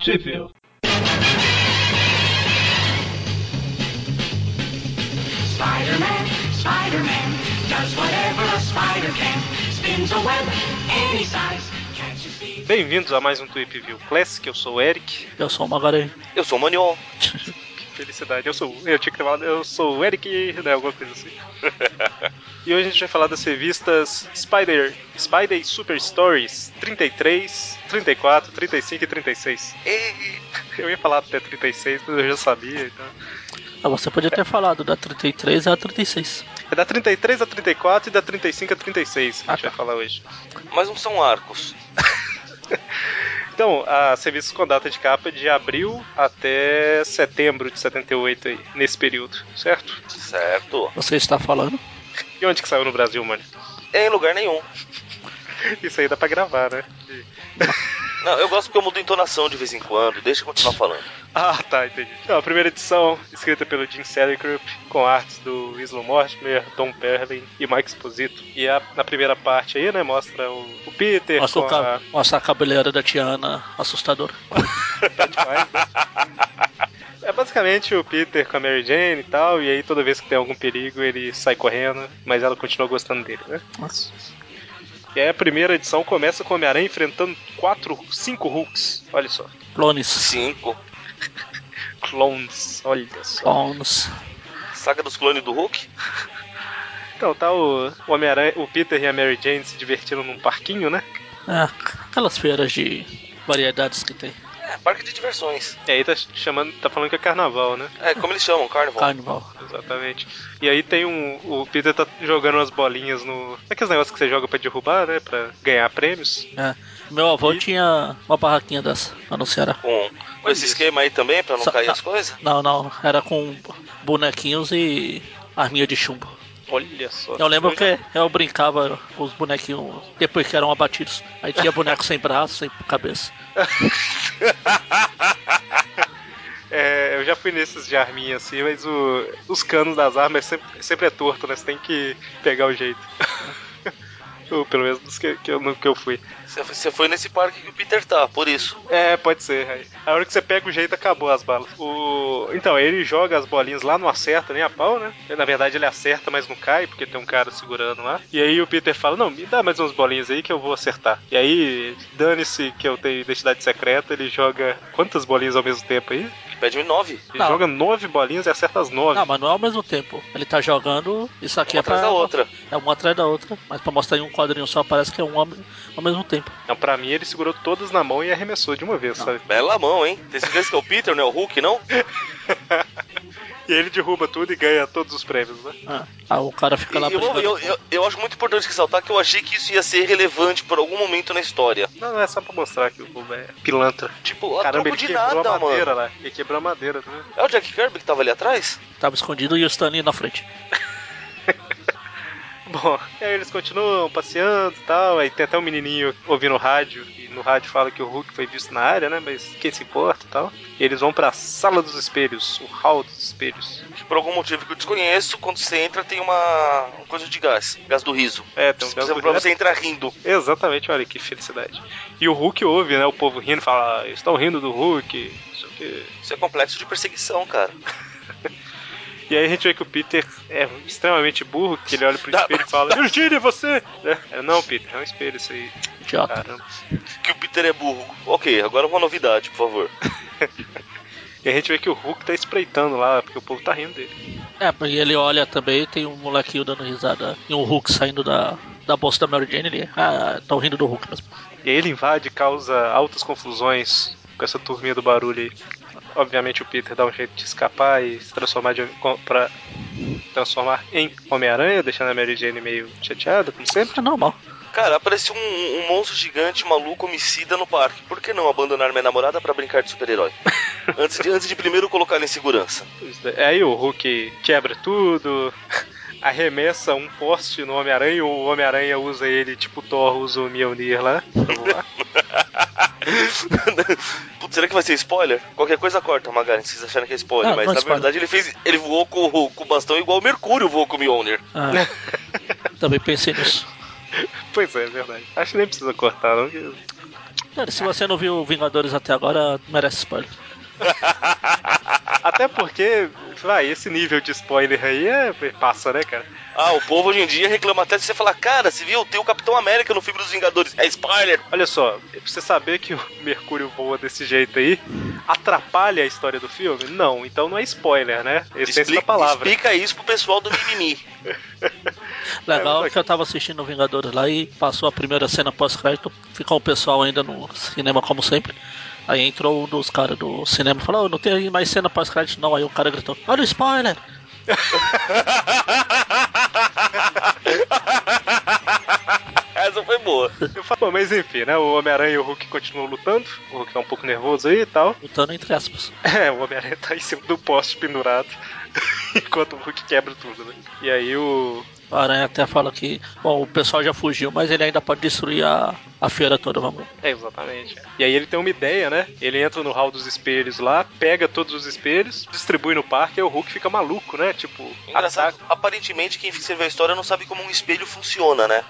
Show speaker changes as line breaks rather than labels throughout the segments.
Sheffield.
Spider-Man, Spider-Man, does whatever a spider can. Spins a web any size. Can't you see?
Bem-vindos a mais um Tweep View Classic, eu sou o Eric.
Eu sou o Magaren.
Eu sou o Manion.
Que felicidade, eu sou. Eu tinha que ter falado, eu sou o Eric, né? Alguma coisa assim. e hoje a gente vai falar das revistas Spider, Spider Super Stories 33, 34, 35 e 36.
E-
Eu ia falar até 36, mas eu já sabia, então.
Ah, você podia ter falado da 33 a 36.
É da 33 a 34 e da 35 a 36 que a gente
Ah, tá.
vai falar hoje.
Mas não são arcos.
Então, as revistas com data de capa é de abril até setembro de 78 aí, nesse período, certo?
Certo.
Você está falando?
E onde que saiu no Brasil, mano?
Em lugar nenhum.
Isso aí dá pra gravar, né?
Não, eu gosto porque eu mudo a entonação de vez em quando. Deixa eu continuar falando.
Ah, tá, entendi. Então, a primeira edição, escrita pelo Jim Selicrup, com artes do Islo Mortimer, Tom Perlin e Mike Exposito. E a, na primeira parte aí, né, mostra o, o Peter
Mostra,
com
o
a...
ca... Mostra a cabeleira da Tiana assustadora.
Tá demais, né? É basicamente o Peter com a Mary Jane e tal, e aí toda vez que tem algum perigo ele sai correndo, mas ela continua gostando dele, né?
Nossa.
E aí a primeira edição começa com o Homem-Aranha enfrentando quatro, cinco Hulks. Olha só.
Clones.
Cinco.
Clones, olha só.
Clones.
Saga dos clones do Hulk?
Então tá o o Homem-Aranha, o Peter e a Mary Jane se divertindo num parquinho, né?
É, aquelas feiras de variedades que tem.
É, parque de diversões.
E aí tá chamando, tá falando que é carnaval, né?
É, como eles chamam, Carnival.
Carnival.
Exatamente. E aí tem um. O Peter tá jogando umas bolinhas no. Aqueles negócios que você joga pra derrubar, né? Pra ganhar prêmios.
É. Meu avô
E-
tinha uma barraquinha dessa lá no Ceará.
Com, Um. com esse esquema aí também, pra não
Sa-
cair
ah.
as coisas.
Não, não. Era com bonequinhos e arminha de chumbo.
Olha só.
Eu lembro
já-
que eu brincava com os bonequinhos depois que eram abatidos. Aí tinha boneco sem braço, sem cabeça.
É, eu já fui nesses de arminha assim, mas o- os canos das armas sempre, sempre é torto, né? Você tem que pegar o jeito. Ou pelo menos dos que, que eu, no que eu fui.
Você foi- Você foi nesse parque que o Peter tá, por isso.
É, pode ser. aí. A hora que você pega o jeito, acabou as balas. O... Então, ele joga as bolinhas lá, não acerta nem a pau, né? Na verdade, ele acerta, mas não cai, porque tem um cara segurando lá. E aí o Peter fala: Não, me dá mais umas bolinhas aí que eu vou acertar. E aí, dane-se que eu tenho identidade secreta, ele joga quantas bolinhas ao mesmo tempo aí?
Ele pede um nove.
Ele
Não.
joga nove bolinhas e acerta as nove.
Não, mas não é ao mesmo tempo. Ele tá jogando, isso aqui
Uma
é pra.
atrás da outra.
É uma atrás da outra, mas pra mostrar em um quadrinho só parece que é um ao, ao mesmo tempo.
Então, pra mim, ele segurou todas na mão e arremessou de uma vez, sabe?
Bela mão, hein? Tem certeza que é o Peter, não é o Hulk, não?
E ele derruba tudo e ganha todos os prêmios, né?
Ah, ah, o cara fica lá
E eu,
brigando.
eu, eu, eu acho muito importante ressaltar que eu achei que isso ia ser relevante por algum momento na história.
Não, não, é só pra mostrar que o povo é pilantra.
Tipo, a
Caramba, ele
troco de
quebrou
nada,
a madeira
mano.
lá. Ele quebrou a madeira, né?
É o Jack Kirby que tava ali atrás?
Tava escondido e o Stanley na frente.
Bom, e aí eles continuam passeando e tal. Aí tem até um menininho ouvindo rádio. E no rádio fala que o Hulk foi visto na área, né? Mas quem se importa e tal. E eles vão pra sala dos espelhos, o hall dos espelhos.
Que Tipo, por algum motivo que eu desconheço, quando você entra tem uma, uma coisa de gás. Gás do riso.
É, tem um
Por
gás
exemplo, pra
do-
você entrar rindo.
Exatamente, olha que felicidade. E o Hulk ouve, né? O povo rindo, fala: "Ah, estão rindo do Hulk. Isso aqui.
Isso é complexo de perseguição, cara.
E aí a gente vê que o Peter é extremamente burro, que ele olha pro
Dá-
espelho e fala, Virginia, você! Né? Eu, Não, Peter, é um espelho isso aí.
Idiota.
Caramba.
Que o Peter é burro. Ok, agora uma novidade, por favor.
E a gente vê que o Hulk tá espreitando lá, porque o povo tá rindo dele.
É, porque ele olha também, tem um molequinho dando risada e um Hulk saindo da, da bolsa da Mary Jane ali. Ah, tão rindo do Hulk mesmo.
E aí ele invade e causa altas confusões com essa turminha do barulho aí. Obviamente o Peter dá um jeito de escapar e se transformar de, com- pra transformar em Homem-Aranha, deixando a Mary Jane meio chateada, como sempre.
É normal.
Cara, apareceu um, um monstro gigante, maluco, homicida no parque. Por que não abandonar minha namorada pra brincar de super-herói? antes, de, antes de primeiro colocar ela em segurança.
É Aí o Hulk quebra tudo, arremessa um poste no Homem-Aranha, o Homem-Aranha usa ele tipo Thor usa o Mjolnir lá. pra voar.
Putz, será que vai ser spoiler? Qualquer coisa corta, Magari, se vocês acharem que é spoiler.
Não,
mas
não é
na
spoiler.
verdade ele fez. Ele voou com, o- com o bastão igual o Mercúrio voou com o Mjolnir.
Ah, também pensei nisso.
pois é, é verdade. Acho que nem precisa cortar, não. que-
Cara, se você não viu Vingadores até agora, merece spoiler.
Até porque, vai, esse nível de spoiler aí é, passa, né, cara?
Ah, o povo hoje em dia reclama até de você falar, cara, você viu, tem o Capitão América no filme dos Vingadores. É spoiler!
Olha só, é pra você saber que o Mercúrio voa desse jeito aí, atrapalha a história do filme? Não, então não é spoiler, né? Essência da palavra.
explica isso pro pessoal do Mimimi.
É,
Legal
mas
que eu tava assistindo Vingadores lá e passou a primeira cena pós-crédito, ficou o pessoal ainda no cinema como sempre. Aí entrou um dos caras do cinema e falou, "Ô, não tem mais cena pós-crédito não. Aí o cara gritou, olha o spoiler!
Essa foi boa.
Eu falo, "Bom, mas enfim, né? O Homem-Aranha e o Hulk continuam lutando. O Hulk tá um pouco nervoso aí e tal.
Lutando entre aspas.
É, o Homem-Aranha tá em cima do poste pendurado. enquanto o Hulk quebra tudo, né? E aí o.
A aranha até fala que, bom, o pessoal já fugiu, mas ele ainda pode destruir a, a feira toda, vamos. lá."
É, exatamente. E aí ele tem uma ideia, né? Ele entra no hall dos espelhos lá, pega todos os espelhos, distribui no parque, aí o Hulk fica maluco, né? Tipo,
Engraçado, aparentemente quem escreveu a história não sabe como um espelho funciona, né?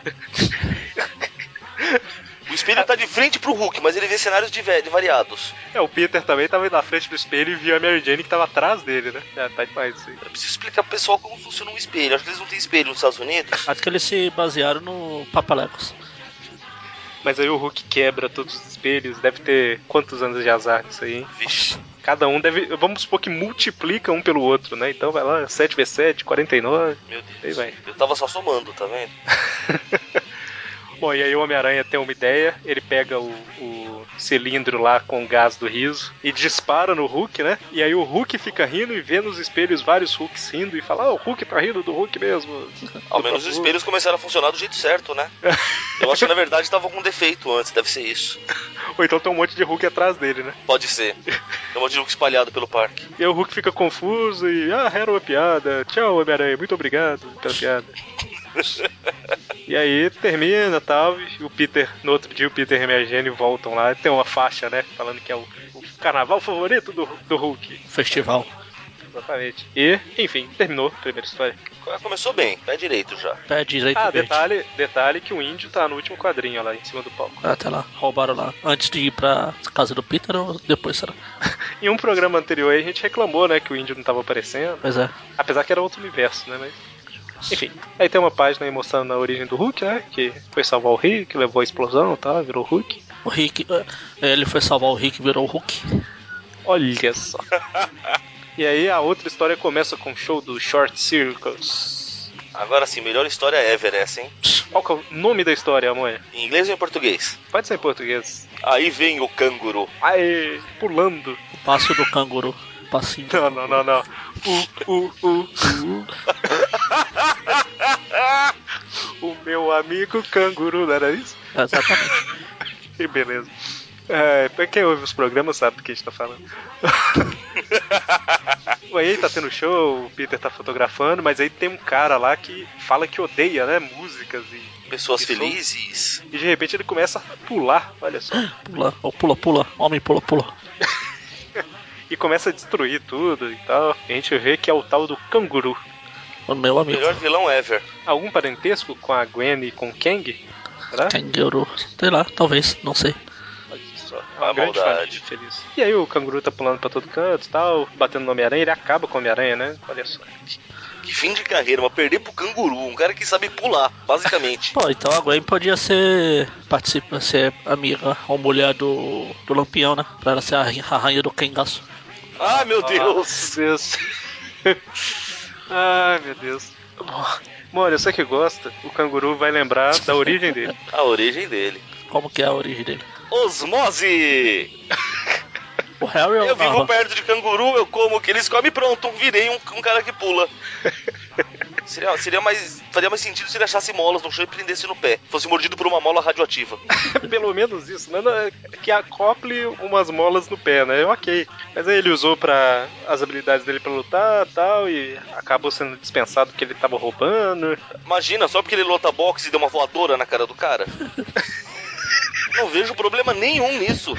O espelho tá de frente pro Hulk, mas ele vê cenários diver- de variados.
É, o Peter também tava na frente do espelho e viu a Mary Jane que tava atrás dele, né? É, tá demais isso aí.
Eu preciso explicar pro pessoal como funciona um espelho. Acho que eles não têm espelho nos Estados Unidos.
Acho que eles se basearam no Papalecos.
Mas aí o Hulk quebra todos os espelhos, deve ter quantos anos de azar isso aí, hein?
Vixe.
Cada um deve, vamos supor que multiplica um pelo outro, né? Então vai lá, 7v7, 49.
Meu
Aí
Deus.
vai.
Eu tava só somando, tá vendo?
Bom, e aí o Homem-Aranha tem uma ideia, ele pega o, o cilindro lá com o gás do riso e dispara no Hulk, né? E aí o Hulk fica rindo e vê nos espelhos vários Hulks rindo e fala, ah, o Hulk tá rindo do Hulk mesmo.
Ao menos os espelhos começaram a funcionar do jeito certo, né? Eu acho que na verdade estavam com defeito antes, deve ser isso.
Ou então tem um monte de Hulk atrás dele, né?
Pode ser. É um monte de Hulk espalhado pelo parque.
E aí o Hulk fica confuso e, ah, era uma piada, tchau, Homem-Aranha, muito obrigado pela piada. e aí termina tal, e o Peter, no outro dia, o Peter e a Mary Jane voltam lá, tem uma faixa, né, falando que é o, o carnaval favorito do, do Hulk.
Festival.
Exatamente. E, enfim, terminou a primeira história.
Começou bem, pé direito já.
Pé direito
Ah,
verde.
detalhe, detalhe que o índio tá no último quadrinho lá em cima do palco.
Ah, tá lá. Roubaram lá. Antes de ir pra casa do Peter ou depois, será?
Em um programa anterior aí a gente reclamou, né, que o índio não tava aparecendo.
Pois é.
Apesar que era outro universo, né? Mas. Enfim. Aí tem uma página aí mostrando a origem do Hulk, né? Que foi salvar o Hulk, levou a explosão e tal, virou Hulk.
O Rick, eh, ele foi salvar o Rick e virou o Hulk.
Olha só. e aí a outra história começa com o show do Short Circus.
Agora sim, melhor história ever essa, hein?
Qual que é o nome da história, amor?
Em inglês ou em português?
Pode ser em português.
Aí vem o canguru.
Aê, pulando.
O passo do canguru. Passinho.
Não, não, não, não. O, o, o, o. o meu amigo canguru, não era isso?
É, Exatamente.
Que beleza. É, pra quem ouve os programas sabe do que a gente tá falando. Bom, aí tá tendo show, o Peter tá fotografando, mas aí tem um cara lá que fala que odeia, né, músicas e...
Pessoas
Isso.
felizes.
E de repente ele começa a pular, olha só.
Pula, oh, pula, pula. Homem, pula, pula.
E começa a destruir tudo e tal. E a gente vê que é o tal do canguru.
O meu amigo.
Melhor vilão ever.
Algum parentesco com a Gwen e com o Kang? Será?
Canguru. Sei lá, talvez, não sei.
Olha só,
Ah, maldade.
feliz. E aí o canguru tá pulando pra todo canto e tal, batendo no Homem-Aranha, ele acaba com o Homem-Aranha, né? Olha só.
Que fim de carreira, mas perder pro canguru, um cara que sabe pular, basicamente.
Pô, então a Gwen podia ser. participa, ser amiga ou mulher do, do Lampião, né? Pra ela ser a, ri- a rainha do cangaço.
ah, meu Deus!
Deus. Ai, meu Deus. Mano, você que gosta, o canguru vai lembrar da origem dele.
A origem dele.
Como que é a origem dele?
Osmose!
O Harry ou
Eu
o
vivo
Marvel?
perto de canguru, eu como o que eles comem pronto, virei um, um cara que pula. Seria, seria mais. Faria mais sentido se ele achasse molas no chão e prendesse no pé. Fosse mordido por uma mola radioativa.
Pelo menos isso, né? Que acople umas molas no pé, né? Ok. Mas aí ele usou pra as habilidades dele pra lutar e tal, e acabou sendo dispensado porque ele tava roubando.
Imagina, só porque ele lota boxe e deu uma voadora na cara do cara. Não vejo problema nenhum nisso.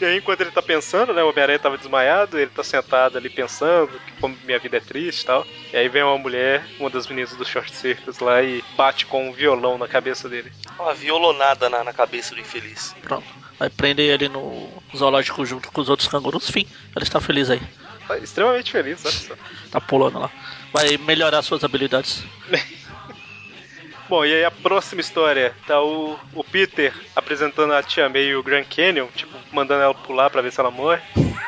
E aí, enquanto ele tá pensando, né? O Homem-Aranha tava desmaiado, ele tá sentado ali pensando, que como minha vida é triste e tal. E aí vem uma mulher, uma das meninas do Short Circus lá, e bate com um violão na cabeça dele.
Uma violonada na, na cabeça do infeliz.
Pronto. Aí prende ele no zoológico junto com os outros cangurus. Fim, ele está feliz aí.
Tá extremamente feliz, olha só.
Tá pulando lá. Vai melhorar suas habilidades.
Bom, e aí a próxima história tá o, o Peter apresentando a Tia May e o Grand Canyon, tipo, mandando ela pular pra ver se ela morre.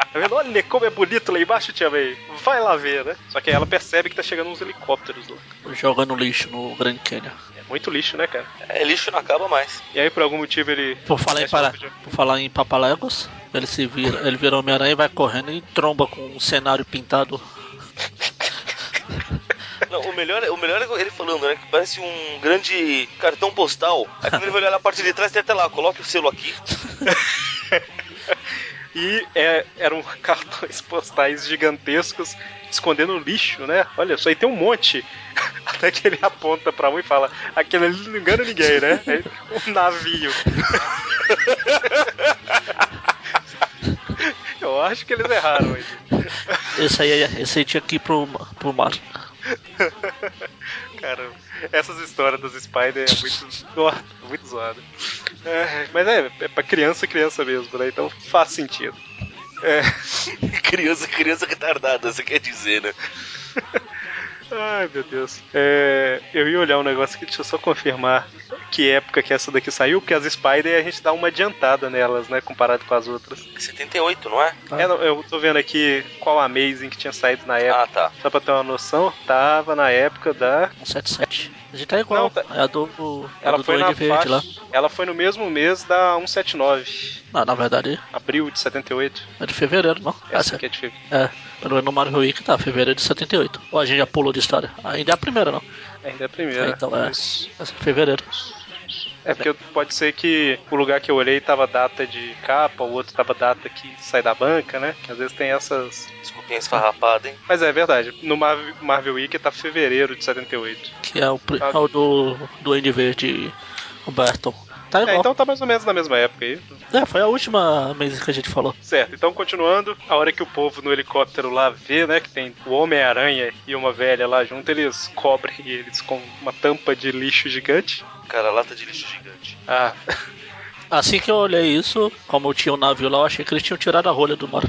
Tá vendo? Olha como é bonito lá embaixo, Tia May. Vai lá ver, né? Só que aí ela percebe que tá chegando uns helicópteros lá.
Jogando lixo no Grand Canyon.
É muito lixo, né, cara?
É, lixo não acaba mais.
E aí, por algum motivo, ele.
Por falar em,
Essa é
para,
outra de-
por falar em Papaléguas, ele se vira, ele vira Homem-Aranha e vai correndo e tromba com um cenário pintado.
Não, o melhor, é- o melhor é ele falando, né? Que parece um grande cartão postal. Aí quando ele vai olhar na parte de trás, tem até lá, coloque o selo aqui.
E é- eram cartões postais gigantescos escondendo lixo, né? Olha só, e tem um monte. Até que ele aponta pra um e fala: aquele ali não engana ninguém, né? Aí, um navio. Eu acho que eles erraram aí.
Esse aí, é- esse aí tinha que ir pro, pro mar.
Caramba, essas histórias dos Spider é muito, Nossa, muito zoada. É, mas é, é pra criança, criança mesmo, né? Então faz sentido. É.
criança, criança retardada, você quer dizer, né?
Ai, meu Deus. É, eu ia olhar um negócio aqui, deixa eu só confirmar que época que essa daqui saiu, porque as Spider a gente dá uma adiantada nelas, né, comparado com as outras.
78, não é?
Ah.
É, não, eu tô vendo aqui qual Amazing que tinha saído na época.
Ah, tá.
Só pra ter uma noção, tava na época da.
177. A gente tá igual.
Não, tá-
É a do, do- a
Ela
do
foi na
Duende Verde
faixa.
lá.
Ela foi no mesmo mês da 179,
Não, na verdade
abril de 78.
é de fevereiro, não. Ah,
Essa
certo.
aqui é de fevereiro.
É, pelo menos no Marvel Week tá, fevereiro de 78. Ou a gente já pulou de história. Ainda é a primeira, não.
Ainda é a primeira.
Ah, então é.
Isso.
Essa é fevereiro.
É porque pode ser que o lugar que eu olhei tava data de capa, o outro tava data que sai da banca, né? Que às vezes tem essas.
Desculpinha esfarrapada, hein?
Mas é verdade, no Marvel, Marvel Week tá fevereiro de 78.
Que é o, pri-
Ah.
é o do Duende Verde Humberto. Tá
É,
igual.
então tá mais ou menos na mesma época aí.
É, foi a última mesa que a gente falou.
Certo, então continuando, a hora que o povo no helicóptero lá vê, né, que tem o Homem-Aranha e uma velha lá junto, eles cobrem eles com uma tampa de lixo gigante.
Cara, lata de lixo gigante.
Ah,
Assim que eu olhei isso, como eu tinha um navio lá, eu achei que eles tinham tirado a rolha do mar.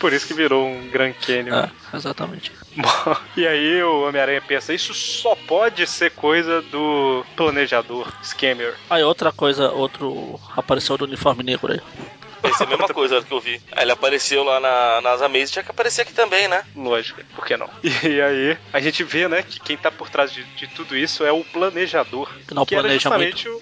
por isso que virou um Grand Canyon.
É, exatamente.
Bom, e aí o Homem-Aranha pensa, isso só pode ser coisa do planejador, Scammer.
Aí outra coisa, outro apareceu do uniforme negro aí.
Pensei é a mesma coisa na hora que eu vi. Aí ele apareceu lá na, nas amazes, tinha que aparecer aqui também, né?
Lógico, por que não? E aí a gente vê, né, que quem tá por trás de, de tudo isso é o planejador.
Que não
que era
planeja
justamente o...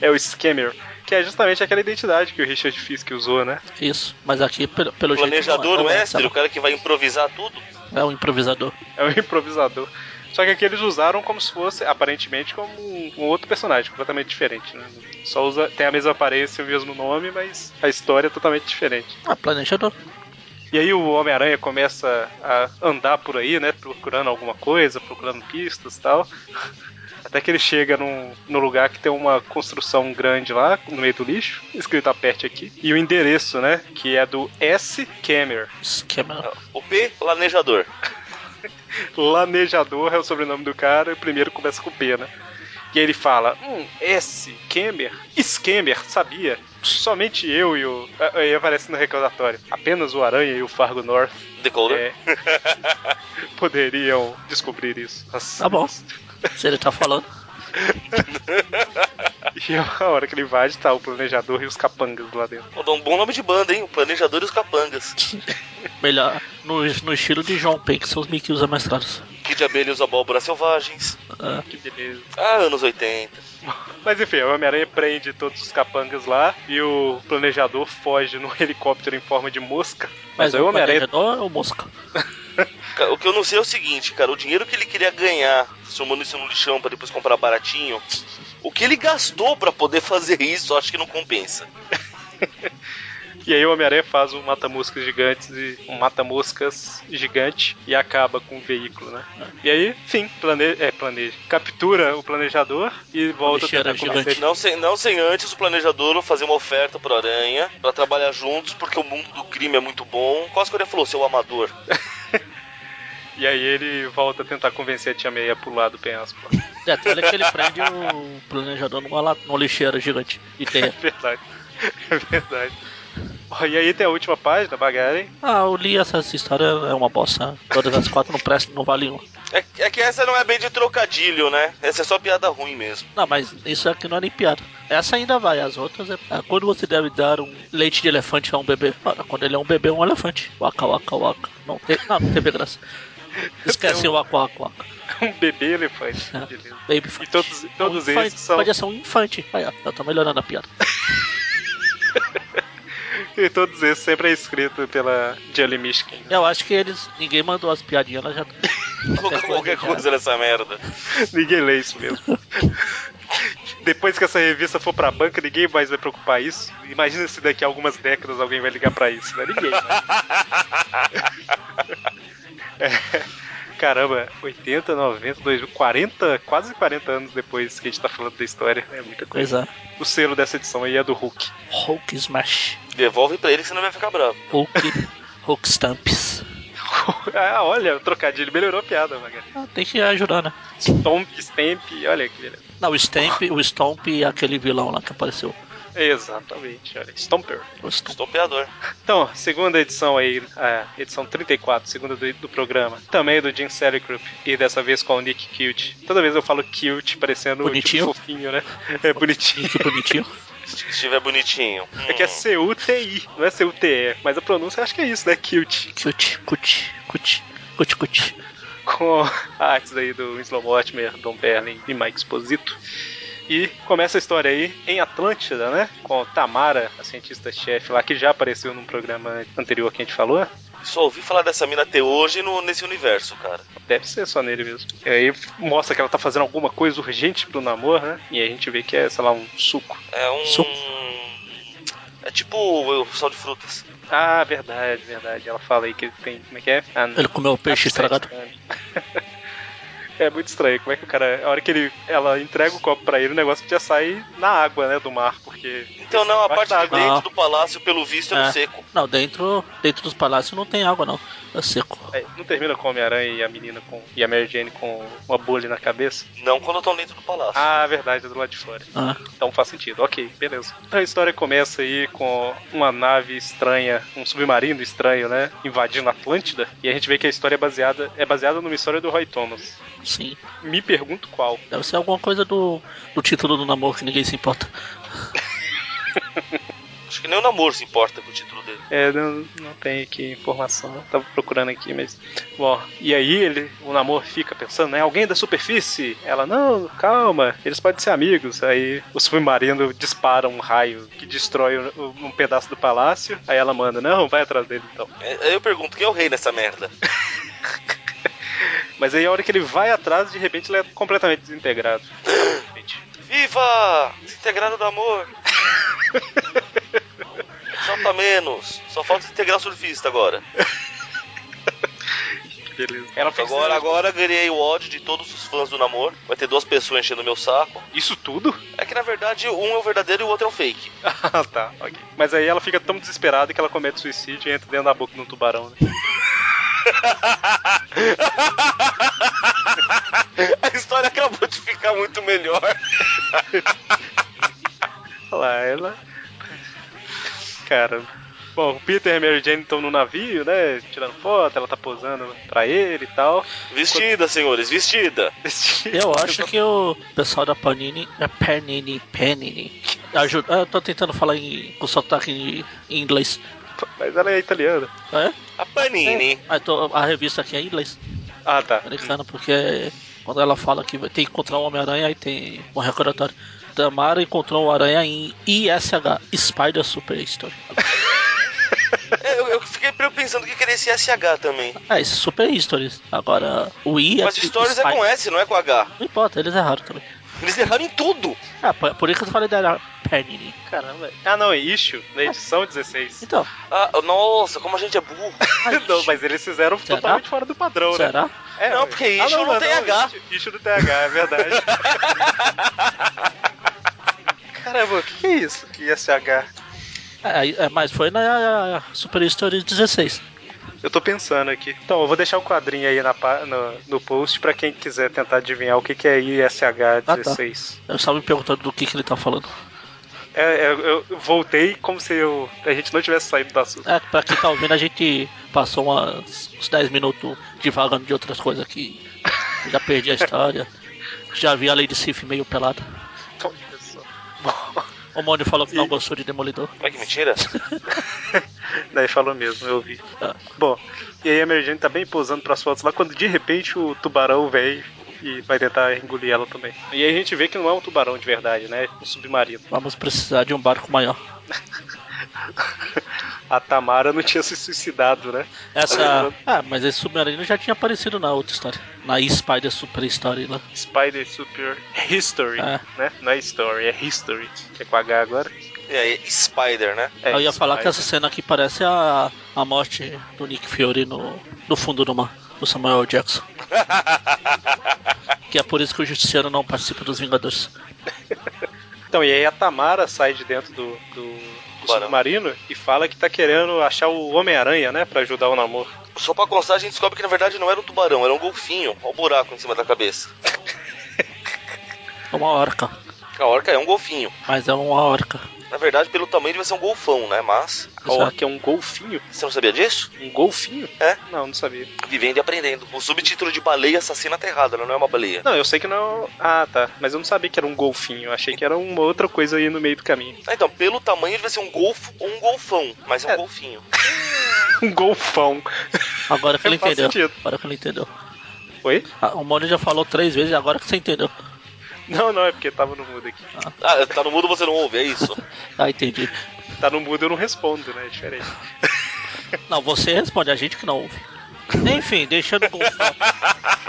é o Scammer. Que é justamente aquela identidade que o Richard Fisk usou, né?
Isso, mas aqui, pelo, pelo
O planejador,
jeito.
o
não é, não é,
mestre, o cara que vai improvisar tudo.
É um improvisador.
É o improvisador. Só que aqui eles usaram como se fosse, aparentemente, como um, um outro personagem, completamente diferente, né? Só usa, tem a mesma aparência, o mesmo nome, mas a história é totalmente diferente.
Ah, planejador.
E aí o Homem-Aranha começa a andar por aí, né? Procurando alguma coisa, procurando pistas e tal. Até que ele chega num, no lugar que tem uma construção grande lá, no meio do lixo, escrito aperte aqui. E o endereço, né? Que é do S. Camer.
Esquema.
O P, planejador.
Planejador é o sobrenome do cara, e o primeiro começa com P, né? E aí ele fala, hum, S. Kemer? Skemer, sabia? Somente eu e o. Aí aparece no recordatório. Apenas o Aranha e o Fargo North
Decoder.
É. Poderiam descobrir isso. Nossa.
Tá bom. Se ele tá falando.
E a hora que ele invade, tá o planejador e os capangas lá dentro.
Pô, dá um bom nome de banda, hein? O planejador e os capangas.
Melhor. No, no estilo de John Payne, que são os Mickey os amestrados.
Kid Abelha e os abóboras selvagens.
É.
Que beleza.
Ah, anos 80.
Mas enfim, o Homem-Aranha prende todos os capangas lá e o planejador foge num helicóptero em forma de mosca. Mas, aí o Homem-Aranha.
planejador é o mosca.
Ca- O que eu não sei é o seguinte, cara, o dinheiro que ele queria ganhar somando isso no lixão pra depois comprar baratinho, o que ele gastou pra poder fazer isso, eu acho que não compensa.
E aí o Homem-Aranha faz um mata-moscas gigantes e um mata-moscas gigante e acaba com o veículo, né? E aí, fim, planeja, é, planeja. Captura o planejador e volta a
Lixeira
tentar combater
gigante.
Não sem, não sem antes o planejador fazer uma oferta pro Aranha pra trabalhar juntos, porque o mundo do crime é muito bom. Quase que ele falou, seu amador.
E aí ele volta a tentar convencer a tia May a pular do penhasco. lá.
Detalhe é que ele prende o planejador numa, la- numa lixeira gigante de
É
terra.
verdade. É verdade. Ó, e aí tem a última página, Bagaren.
Ah, eu li essa, essa história, é uma bosta. né? Todas as quatro não prestam, não valem um. uma.
É, é que essa não é bem de trocadilho, né? Essa é só piada ruim mesmo.
Não, mas isso aqui não é nem piada. Essa ainda vai, as outras é. é quando você deve dar um leite de elefante a um bebê? Ora, quando ele é um bebê, é um elefante. Waka, waka, waka. Não, te... não, não teve graça. Esquece o waka, waka, waka.
Um bebê elefante.
É.
Beleza.
Baby funk.
um E todos- todos esses
infante.
são-
Podia ser um infante. Aí, ó, eu tô melhorando a piada.
E todos esses sempre é escrito pela Jelly Mishkin.
Eu acho que eles. Ninguém mandou as piadinhas, ela já. tá-
é
Colocar qualquer
já-
coisa nessa merda.
Ninguém lê isso mesmo. Depois que essa revista for pra banca, ninguém mais vai preocupar isso. Imagina se daqui a algumas décadas alguém vai ligar pra isso, né? Ninguém. Né? É. Caramba, 80, 90, 2000, 40, quase 40 anos depois que a gente tá falando da história. É muita coisa.
Coisa.
O selo dessa edição aí é do Hulk.
Hulk Smash.
Devolve pra ele que você não vai ficar bravo.
Hulk. Hulk Stamps.
ah, olha, o trocadilho melhorou a piada, Magali.
Ah, tem que ajudar, né?
Stomp, Stamp, olha que beleza.
Não, o Stamp, o Stomp e aquele vilão lá que apareceu.
Exatamente, olha. Stomper.
O Stomp.
Estopeador.
Então, segunda edição aí, a edição 34, segunda do, do programa. Também do Jim Sericrup. E dessa vez com o Nick Cute. Toda vez eu falo cute, parecendo
Bonitinho.
Tipo, fofinho, né? É bonitinho.
Que bonitinho.
Se estiver bonitinho. Hum.
É que é C-U-T-I, não é C-U-T-E. Mas a pronúncia eu acho que é isso, né? Cute.
Cute, cute, cute, cute, cute.
Com a artes aí do Winslow Mortimer, Don Perlin e Mike Exposito. E começa a história aí em Atlântida, né? Com Tamara, a cientista-chefe lá, que já apareceu num programa anterior que a gente falou.
Só ouvi falar dessa mina até hoje no, nesse universo, cara.
Deve ser só nele mesmo. E aí mostra que ela tá fazendo alguma coisa urgente pro namoro, né? E aí a gente vê que é, sei lá, um suco.
É um.
Suco.
É tipo o sal de frutas.
Ah, verdade, verdade. Ela fala aí que ele tem. Como é que é? Ah,
Ele comeu o peixe estragado.
É muito estranho, como é que o cara. A hora que ele, ela entrega o copo pra ele, o negócio já sai na água, né? Do mar, porque.
Então não, a parte
Embaixo
de
d'água.
dentro
Não.
do palácio, pelo visto, é,
É.
no seco.
Não, dentro, dentro dos palácios não tem água, não. É seco.
É, não termina com o Homem-Aranha e a menina com. e a Mary Jane com uma bolha na cabeça?
Não quando estão dentro do palácio.
Ah, verdade, é do lado de fora.
Ah,
Então faz sentido, ok, beleza. Então a história começa aí com uma nave estranha, um submarino estranho, né? Invadindo a Atlântida. E a gente vê que a história é baseada, é baseada numa história do Roy Thomas.
sim.
Me pergunto qual.
Deve ser alguma coisa do, do título do namoro que ninguém se importa.
Acho que nem o namoro se importa com o título dele.
É, não, não tem aqui informação. Eu tava procurando aqui, mas. Bom, e aí ele, o namor fica pensando, né? Alguém da superfície? Ela, não, calma, eles podem ser amigos. Aí o submarino dispara um raio que destrói o- o- um pedaço do palácio. Aí ela manda, não, vai atrás dele então.
É, Aí eu pergunto, quem é o rei nessa merda?
Mas aí a hora que ele vai atrás, de repente ele é completamente desintegrado. Gente,
Viva! Desintegrado do amor! Falta tá menos. Só falta integrar o surfista agora.
que beleza. Ela fez
Agora, agora ganhei o ódio de todos os fãs do namoro. Vai ter duas pessoas enchendo meu saco.
Isso tudo?
É que na verdade um é o verdadeiro e o outro é o fake.
ah, tá, ok. Mas aí ela fica tão desesperada que ela comete suicídio e entra dentro da boca de um tubarão, né?
A história acabou de ficar muito melhor.
Olha lá, ela. Caramba. Bom, o Peter e a Mary Jane estão no navio, né? Tirando foto, ela tá posando pra ele e tal. tipo
Vestida, senhores, vestida.
Eu acho que o pessoal da Panini. É Panini, Panini. Ajuda. Eu tô tentando falar em, com sotaque em, em inglês.
Mas ela é italiana.
É?
A Panini.
Mas tô- a revista aqui é em inglês,
Ah, tá.
americana, porque quando ela fala que vai- tem que encontrar o Homem-Aranha, aí tem um recordatório. Tamara encontrou o Aranha em ISH, Spider Super History.
É, eu, eu fiquei pensando que queria esse SH também.
É, esse Super Stories. Agora, o I é.
Mas
que-
Stories é com
Spider-
S, não é com H.
Não importa, eles erraram também.
Eles erraram em tudo.
Ah, por, por isso que eu falei da Pernini.
Caramba. Ah, não, é Issue, na edição 16.
Então,
Ah, nossa, como a gente é burro.
não, mas eles fizeram
Será?
totalmente fora do
Então,
padrão, né?
será?
É,
Não,
ué.
porque Issue não tem H.
Issue- Issue não tem H, é verdade. Caramba, o que que é isso que ia ser H?
É, é, mas foi na é, Super Story 16.
Eu tô pensando aqui. Então, eu vou deixar o quadrinho aí na, pa- no, no post pra quem quiser tentar adivinhar o que, que é ISH16.
Eu estava me perguntando do que, que ele tá falando.
É, é, eu voltei como se eu- a gente não tivesse saído do assunto.
É, pra quem tá ouvindo, a gente passou umas, uns 10 minutos divagando de outras coisas aqui. Já perdi a história. Já vi a Lady Sif meio pelada. O Mônio falou que não gostou de Demolidor.
Olha é que mentira.
Daí falou mesmo, eu vi.
Ah.
Bom, e aí a Mary Jane tá bem posando pras fotos lá, quando de repente o tubarão vem e vai tentar engolir ela também. E aí a gente vê que não é um tubarão de verdade, né? É um submarino.
Vamos precisar de um barco maior.
A Tamara não tinha se suicidado, né?
Essa. Ah, mas esse submarino já tinha aparecido na outra história. Na Spider Super Story né? lá.
Spider Super History,
É.
né? Não é Story, é History, que é com H agora.
E aí, Spider, né?
É,
Eu ia falar que
Spider.
essa cena aqui parece a, a morte do Nick Fury no, no fundo do mar, do Samuel Jackson. que é por isso que o Justiceiro não participa dos Vingadores.
Então, e aí a Tamara sai de dentro do, do, do
Barão.
submarino e fala que tá querendo achar o Homem-Aranha, né? Pra ajudar o namoro.
Só pra constar, a gente descobre que na verdade não era um tubarão, era um golfinho. Olha o buraco em cima da cabeça.
É uma orca.
A orca é um golfinho.
Mas é uma orca.
Na verdade, pelo tamanho, devia ser um golfão, né? Mas.
A orca é um golfinho.
Você não sabia disso?
Um golfinho?
É.
Não, não sabia.
Vivendo e aprendendo. O subtítulo de baleia assassina aterrada, ela não é uma baleia.
Não, eu sei que não. Ah, tá. Mas eu não sabia que era um golfinho. Eu achei que era uma outra coisa aí no meio do caminho.
Ah, então, pelo tamanho, devia ser um golfo ou um golfão, mas é um
É.
golfinho.
Um golfão.
Agora que ele
Faz
entendeu.
sentido.
Agora que ele entendeu.
Oi?
Ah, O Mônio já falou três vezes, agora que você entendeu.
Não, não, é porque tava no mudo aqui.
Ah, tá no mudo, você não ouve, é isso?
Ah, entendi.
Tá no mudo eu não respondo, né? É diferente.
Não, você responde, a gente que não ouve. Enfim, deixando o golfão.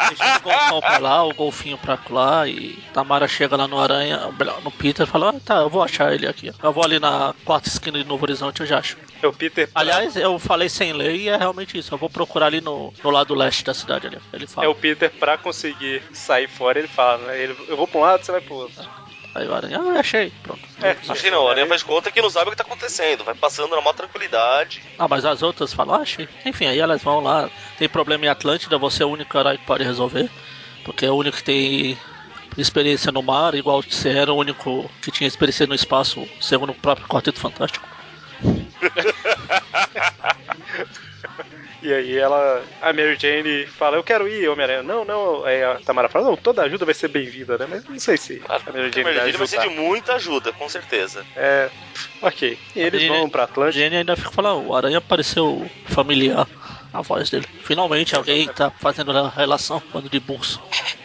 deixando o golfão pra lá, o golfinho pra lá e Tamara chega lá no Aranha, melhor, no Peter e fala, ah, tá, eu vou achar ele aqui. Eu vou ali na quarta esquina de Novo Horizonte, eu já acho.
É o Peter.
Aliás, eu falei sem ler e é realmente isso. Eu vou procurar ali no, no lado leste da cidade ali. Ele fala.
É o Peter pra conseguir sair fora, ele fala, né? Ele, eu vou pra um lado, você vai pro outro.
Aí o Aranha, ah, achei. Pronto.
É,
Achei não, a aranha faz conta que não sabe o que tá acontecendo. Vai passando na maior tranquilidade.
Ah, mas as outras falam, ah, achei. Enfim, aí elas vão lá. Tem problema em Atlântida, você é o único herói que pode resolver. Porque é o único que tem experiência no mar, igual você era o único que tinha experiência no espaço, segundo o próprio Quarteto Fantástico.
E aí ela, a Mary Jane fala, eu quero ir, Homem-Aranha. Não, não. Aí a Tamara fala, não, toda ajuda vai ser bem-vinda, né? Mas não sei se
Claro,
a Mary
porque a
Jane
Mary
vai
Jane vai ser de um.
ajudar.
muita ajuda, com certeza.
É, ok. E eles
Ele-
vão pra
O
Atlântida.
Gene ainda fica falando, "Ah, o Aranha pareceu familiar a voz dele. Finalmente alguém tá fazendo a relação quando de burro.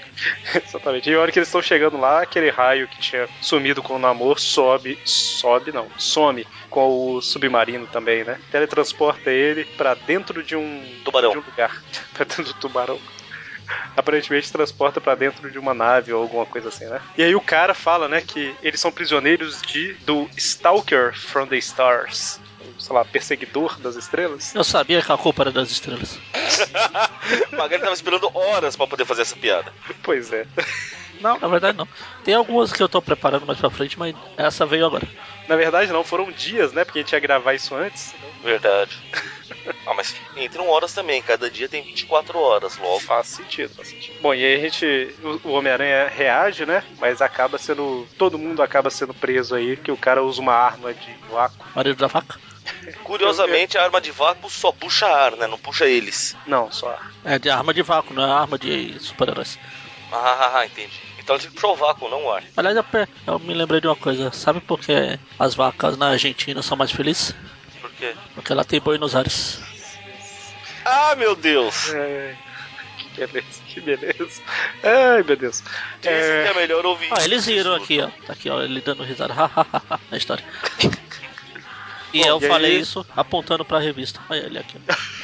Exatamente. E a hora que eles estão chegando lá, aquele raio que tinha sumido com o namor sobe, sobe não, some com o submarino também, né? Teletransporta ele pra dentro de um
Tubarão.
de um lugar, pra dentro do tubarão. Aparentemente transporta pra dentro de uma nave ou alguma coisa assim, né? E aí o cara fala, né, que eles são prisioneiros de do Stalker from the Stars, sei lá, perseguidor das estrelas.
Eu sabia que a culpa era das estrelas.
Magali tava esperando horas pra poder fazer essa piada.
Pois é.
Não, na verdade não. Tem algumas que eu tô preparando mais pra frente, mas essa veio agora.
Na verdade não, foram dias, né? Porque a gente ia gravar isso antes.
Verdade. Ah, mas entram horas também, cada dia tem 24 horas logo.
Faz sentido, faz sentido. Bom, e aí a gente. O, o Homem-Aranha reage, né? Mas acaba sendo. Todo mundo acaba sendo preso aí, que o cara usa uma arma de vácuo.
Marido da vaca.
Curiosamente, a arma de vácuo só puxa ar, né? Não puxa eles.
Não, só arma.
É de arma de vácuo, não é arma de super-heróis.
Ah, ah, ah, entendi. Então ela tinha que puxar o vácuo, não o ar.
Aliás, eu, pe- eu me lembrei de uma coisa. Sabe por que as vacas na Argentina são mais felizes?
Por quê?
Porque lá tem Buenos Aires.
Ah, meu Deus!
É, que beleza, que beleza. Ai, meu Deus.
Dizem
É,
que é melhor ouvir.
Ah, eles viram
isso.
aqui, ó. Tá aqui, ó, ele dando risada. na história. E
Bom,
eu
e aí-
falei isso apontando pra revista. Olha ele aqui. ó.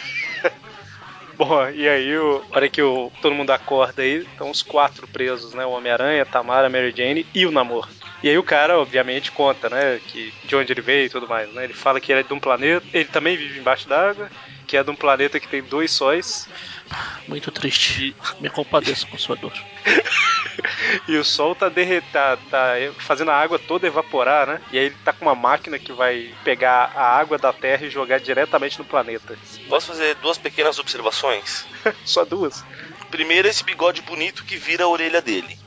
Bom, e aí, o, a hora que o, todo mundo acorda aí, estão os quatro presos, né? O Homem-Aranha, a Tamara, a Mary Jane e o Namor. E aí o cara, obviamente, conta, né? Que, de onde ele veio e tudo mais, né? Ele fala que ele é de um planeta, ele também vive embaixo d'água, que é de um planeta que tem dois sóis,
Muito triste. Me compadeço com sua dor.
e o sol tá derretendo, tá, tá fazendo a água toda evaporar, né? E aí ele tá com uma máquina que vai pegar a água da Terra e jogar diretamente no planeta.
Posso fazer duas pequenas observações?
Só duas.
Primeiro, esse bigode bonito que vira a orelha dele.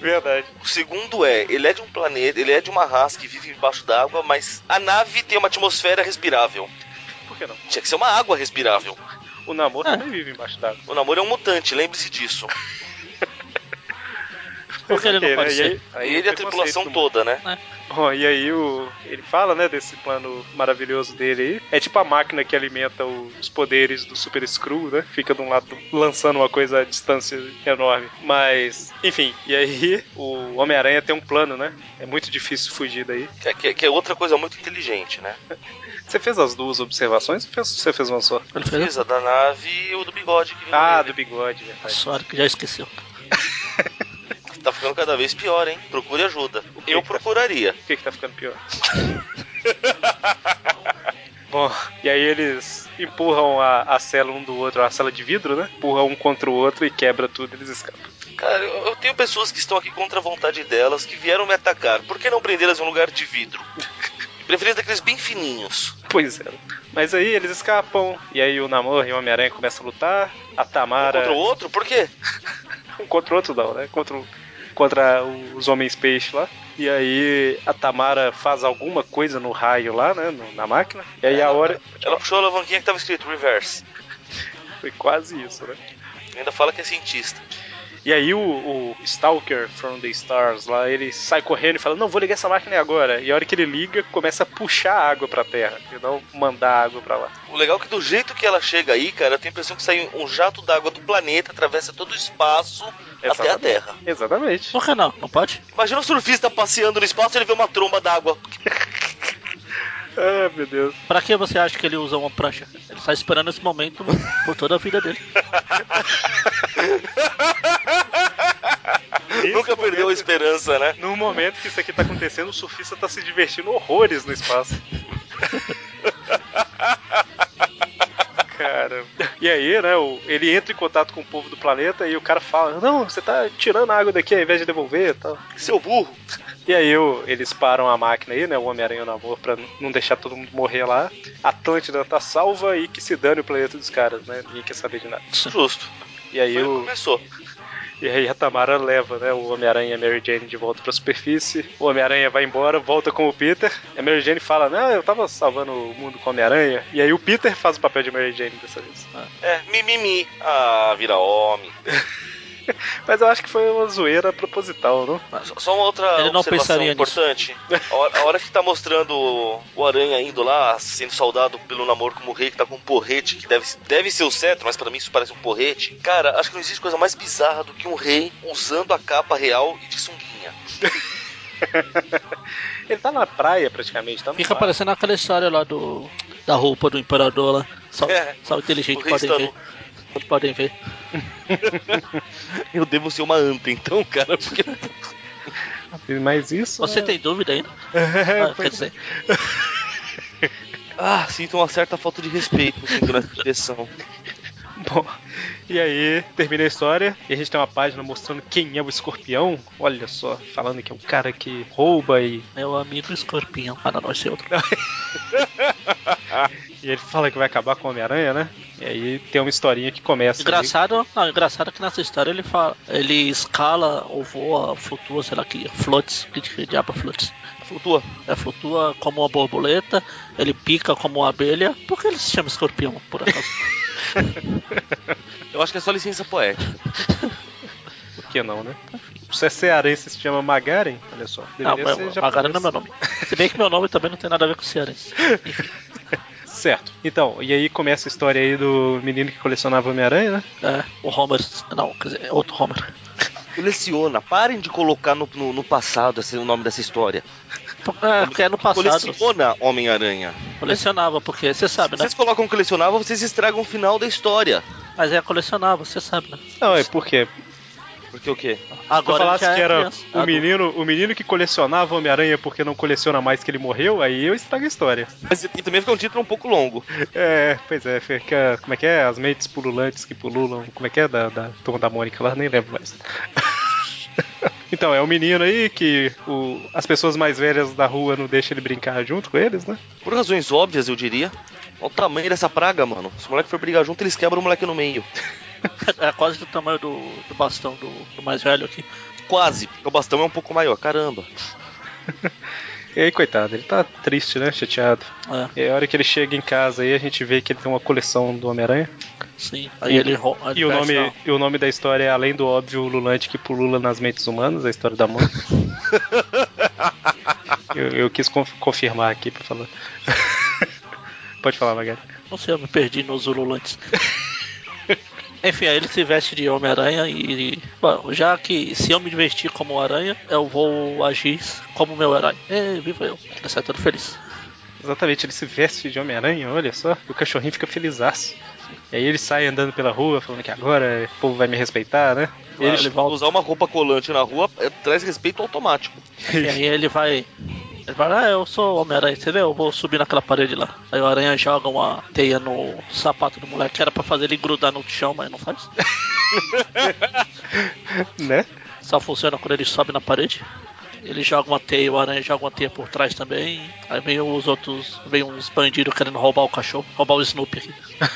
Verdade.
O segundo é, ele é de um planeta, ele é de uma raça que vive embaixo d'água, mas a nave tem uma atmosfera respirável.
Por que não?
Tinha que ser uma água respirável.
O
Ah.
namoro também vive embaixo d'água.
O namoro é um mutante, lembre-se disso.
Por que ele não
Ok, né?
pode
E
ser?
aí- aí
ele e
é
a tripulação
preconceito,
toda, né?
Bom, e aí o, ele fala, né, desse plano maravilhoso dele aí. É tipo a máquina que alimenta o- os poderes do Super Screw, né? Fica de um lado lançando uma coisa a distância enorme. Mas, enfim, e aí o Homem-Aranha tem um plano, né? É muito difícil fugir daí.
Que, que- que é outra coisa muito inteligente, né?
Uhum. Você fez as duas observações ou fez- você fez uma só?
Ele fez
Beleza, da nave e o do bigode que virou
Ah,
orelha.
do bigode,
a
verdade.
sorte que já esqueceu.
Tá ficando cada vez pior, hein? Procure ajuda.
que
Eu
que tá-
procuraria.
O que, que tá ficando pior? Bom, e aí eles empurram a, a cela um do outro, a cela de vidro, né? Empurram um contra o outro e quebra tudo, eles escapam.
Cara, eu, eu tenho pessoas que estão aqui contra a vontade delas, que vieram me atacar. Por que não prendê-las em um lugar de vidro? De preferência daqueles bem fininhos.
Pois é. Mas aí eles escapam, e aí o Namor e o Homem-Aranha começam a lutar, a
Um
Tamara.
contra o outro? Por quê?
Um contra o outro não, né? Contra, o- contra os homens peixe lá. E aí a Tamara faz alguma coisa no raio lá, né? no- na máquina. E aí a hora.
Ela puxou a alavanquinha que tava escrito reverse.
Foi quase isso, né?
Ainda fala que é cientista.
E aí o, o Stalker from the Stars lá, ele sai correndo e fala, não, vou ligar essa máquina agora. E a hora que ele liga, começa a puxar a água pra terra, e não mandar a água pra lá.
O legal é que do jeito que ela chega aí, cara, eu tenho a impressão que sai um jato d'água do planeta, atravessa todo o espaço até a
Exatamente.
Terra.
Exatamente.
Por que não? Não pode?
Imagina o surfista passeando no espaço e ele vê uma tromba d'água.
Ah, meu Deus.
Pra que você acha que ele usa uma prancha? Ele tá esperando esse momento por toda a vida dele.
Nunca perdeu a esperança, né?
No momento que isso aqui tá acontecendo, o surfista tá se divertindo horrores no espaço. Cara. E aí, né, o- ele entra em contato com o povo do planeta e o cara fala: Não, você tá tirando a água daqui ao invés de devolver e tal.
Seu burro.
E aí o- eles param a máquina aí, né? O Homem-Aranha e o Namor pra n- não deixar todo mundo morrer lá. Atlântida tá salva e que se dane o planeta dos caras, né? Ninguém quer saber de nada.
Justo.
E aí
Foi
o,
começou.
e aí a Tamara leva, né? O Homem-Aranha e a Mary Jane de volta pra superfície. O Homem-Aranha vai embora, volta com o Peter. A Mary Jane fala, não, eu tava salvando o mundo com o Homem-Aranha. E aí o Peter faz o papel de Mary Jane dessa vez.
É, mimimi. Ah, vira homem.
Mas eu acho que foi uma zoeira proposital, não?
Só- Só uma outra
Ele não
observação
pensaria nisso.
importante. A hora, a hora que tá mostrando o- o Aranha indo lá, sendo saudado pelo namoro como rei, que tá com um porrete, que deve, deve ser o cetro, mas pra mim isso parece um porrete. Cara, acho que não existe coisa mais bizarra do que um rei usando a capa real e de sunguinha.
Ele tá na praia praticamente, tá no
Fica
mar.
parecendo aquela história lá do. Da roupa do imperador lá. Só,
É.
só
O
inteligente
rei
podem
está
ver. Eles Podem ver.
Eu devo ser uma anta, então, cara, porque.
Mas isso...
Você
né?
tem dúvida ainda?
É,
Ah, quer dizer,
Ah, sinto uma certa falta de respeito sinto nessa direção.
Bom, e aí termina a história e a gente tem uma página mostrando quem é o escorpião. Olha só, falando que é um cara que rouba e,
meu amigo escorpião. Ah, não, não, esse é outro.
e ele fala que vai acabar com o Homem-Aranha, né? E aí tem uma historinha que começa. ali.
Engraçado, não, engraçado que nessa história ele fala, ele escala ou voa, flutua, sei lá que, floats, que, que diabo é floats?
Flutua.
É, flutua como uma borboleta, ele pica como uma abelha. Por que ele se chama escorpião, por acaso?
Eu acho que é só licença poética.
Por que não, né? Se é cearense se chama Magaren, olha só.
não,
Deveria
mas
ser
Magara não
japonês.
é meu nome. Se bem que meu nome também não tem nada a ver com cearense.
Certo. Então, e aí começa a história aí do menino que colecionava Homem-Aranha, né?
É, o Homer, não, quer dizer, é outro Homer.
Coleciona. Parem de colocar no, no, no passado esse, o nome dessa história.
É, porque é no passado.
Coleciona Homem-Aranha.
Colecionava, porque você sabe, né?
Vocês colocam um colecionável, vocês estragam o final da história.
Mas é colecionava, você sabe, né?
Não, é e por quê?
Porque o quê?
Se eu
Agora
falasse
já é
que era um
criança,
o
adulto.
menino, o menino que colecionava Homem-Aranha porque não coleciona mais que ele morreu, aí eu estrago a história.
Mas e também fica um título um pouco longo.
É, pois é, fica. Como é que é? As mentes pululantes que pululam. Como é que é da, da turma da Mônica lá? Nem lembro mais. Então, é o menino aí que o- as pessoas mais velhas da rua não deixam ele brincar junto com eles, né?
Por razões óbvias, eu diria. Olha o tamanho dessa praga, mano. Se o moleque for brigar junto, eles quebram o moleque no meio.
É quase do tamanho do, do bastão do, do mais velho aqui.
Quase, porque o bastão é um pouco maior. Caramba.
E aí, coitado, ele tá triste, né? Chateado.
É,
E a hora que ele chega em casa aí, a gente vê que ele tem uma coleção do Homem-Aranha.
sim. Aí ele ro- ele
E o,
veste
nome, e o nome da história é Além do Óbvio Lulante que pulula nas mentes humanas, a história da Mônica. eu, eu quis conf- confirmar aqui pra falar. Pode falar, Magari.
a- Não sei, eu me perdi nos ululantes. Enfim, aí ele se veste de Homem-Aranha e. Bom, já que se eu me vestir como aranha, eu vou agir como meu herói. É, viva eu. Ele sai todo feliz.
Exatamente, ele se veste de Homem-Aranha, olha só, e o cachorrinho fica felizaço. E aí ele sai andando pela rua, falando que agora o povo vai me respeitar, né? E
Ele,
ele-
ele volta.
Usar uma roupa colante na rua é, traz respeito automático.
E aí ele vai. Ele fala, ah, eu sou o Homem-Aranha, entendeu? Eu vou subir naquela parede lá. Aí o Aranha joga uma teia no sapato do moleque, que era pra fazer ele grudar no chão, mas não faz.
né?
Só funciona quando ele sobe na parede. Ele joga uma teia, o aranha joga uma teia por trás também. Aí vem os outros, vem uns bandidos querendo roubar o cachorro, roubar o Snoopy aqui.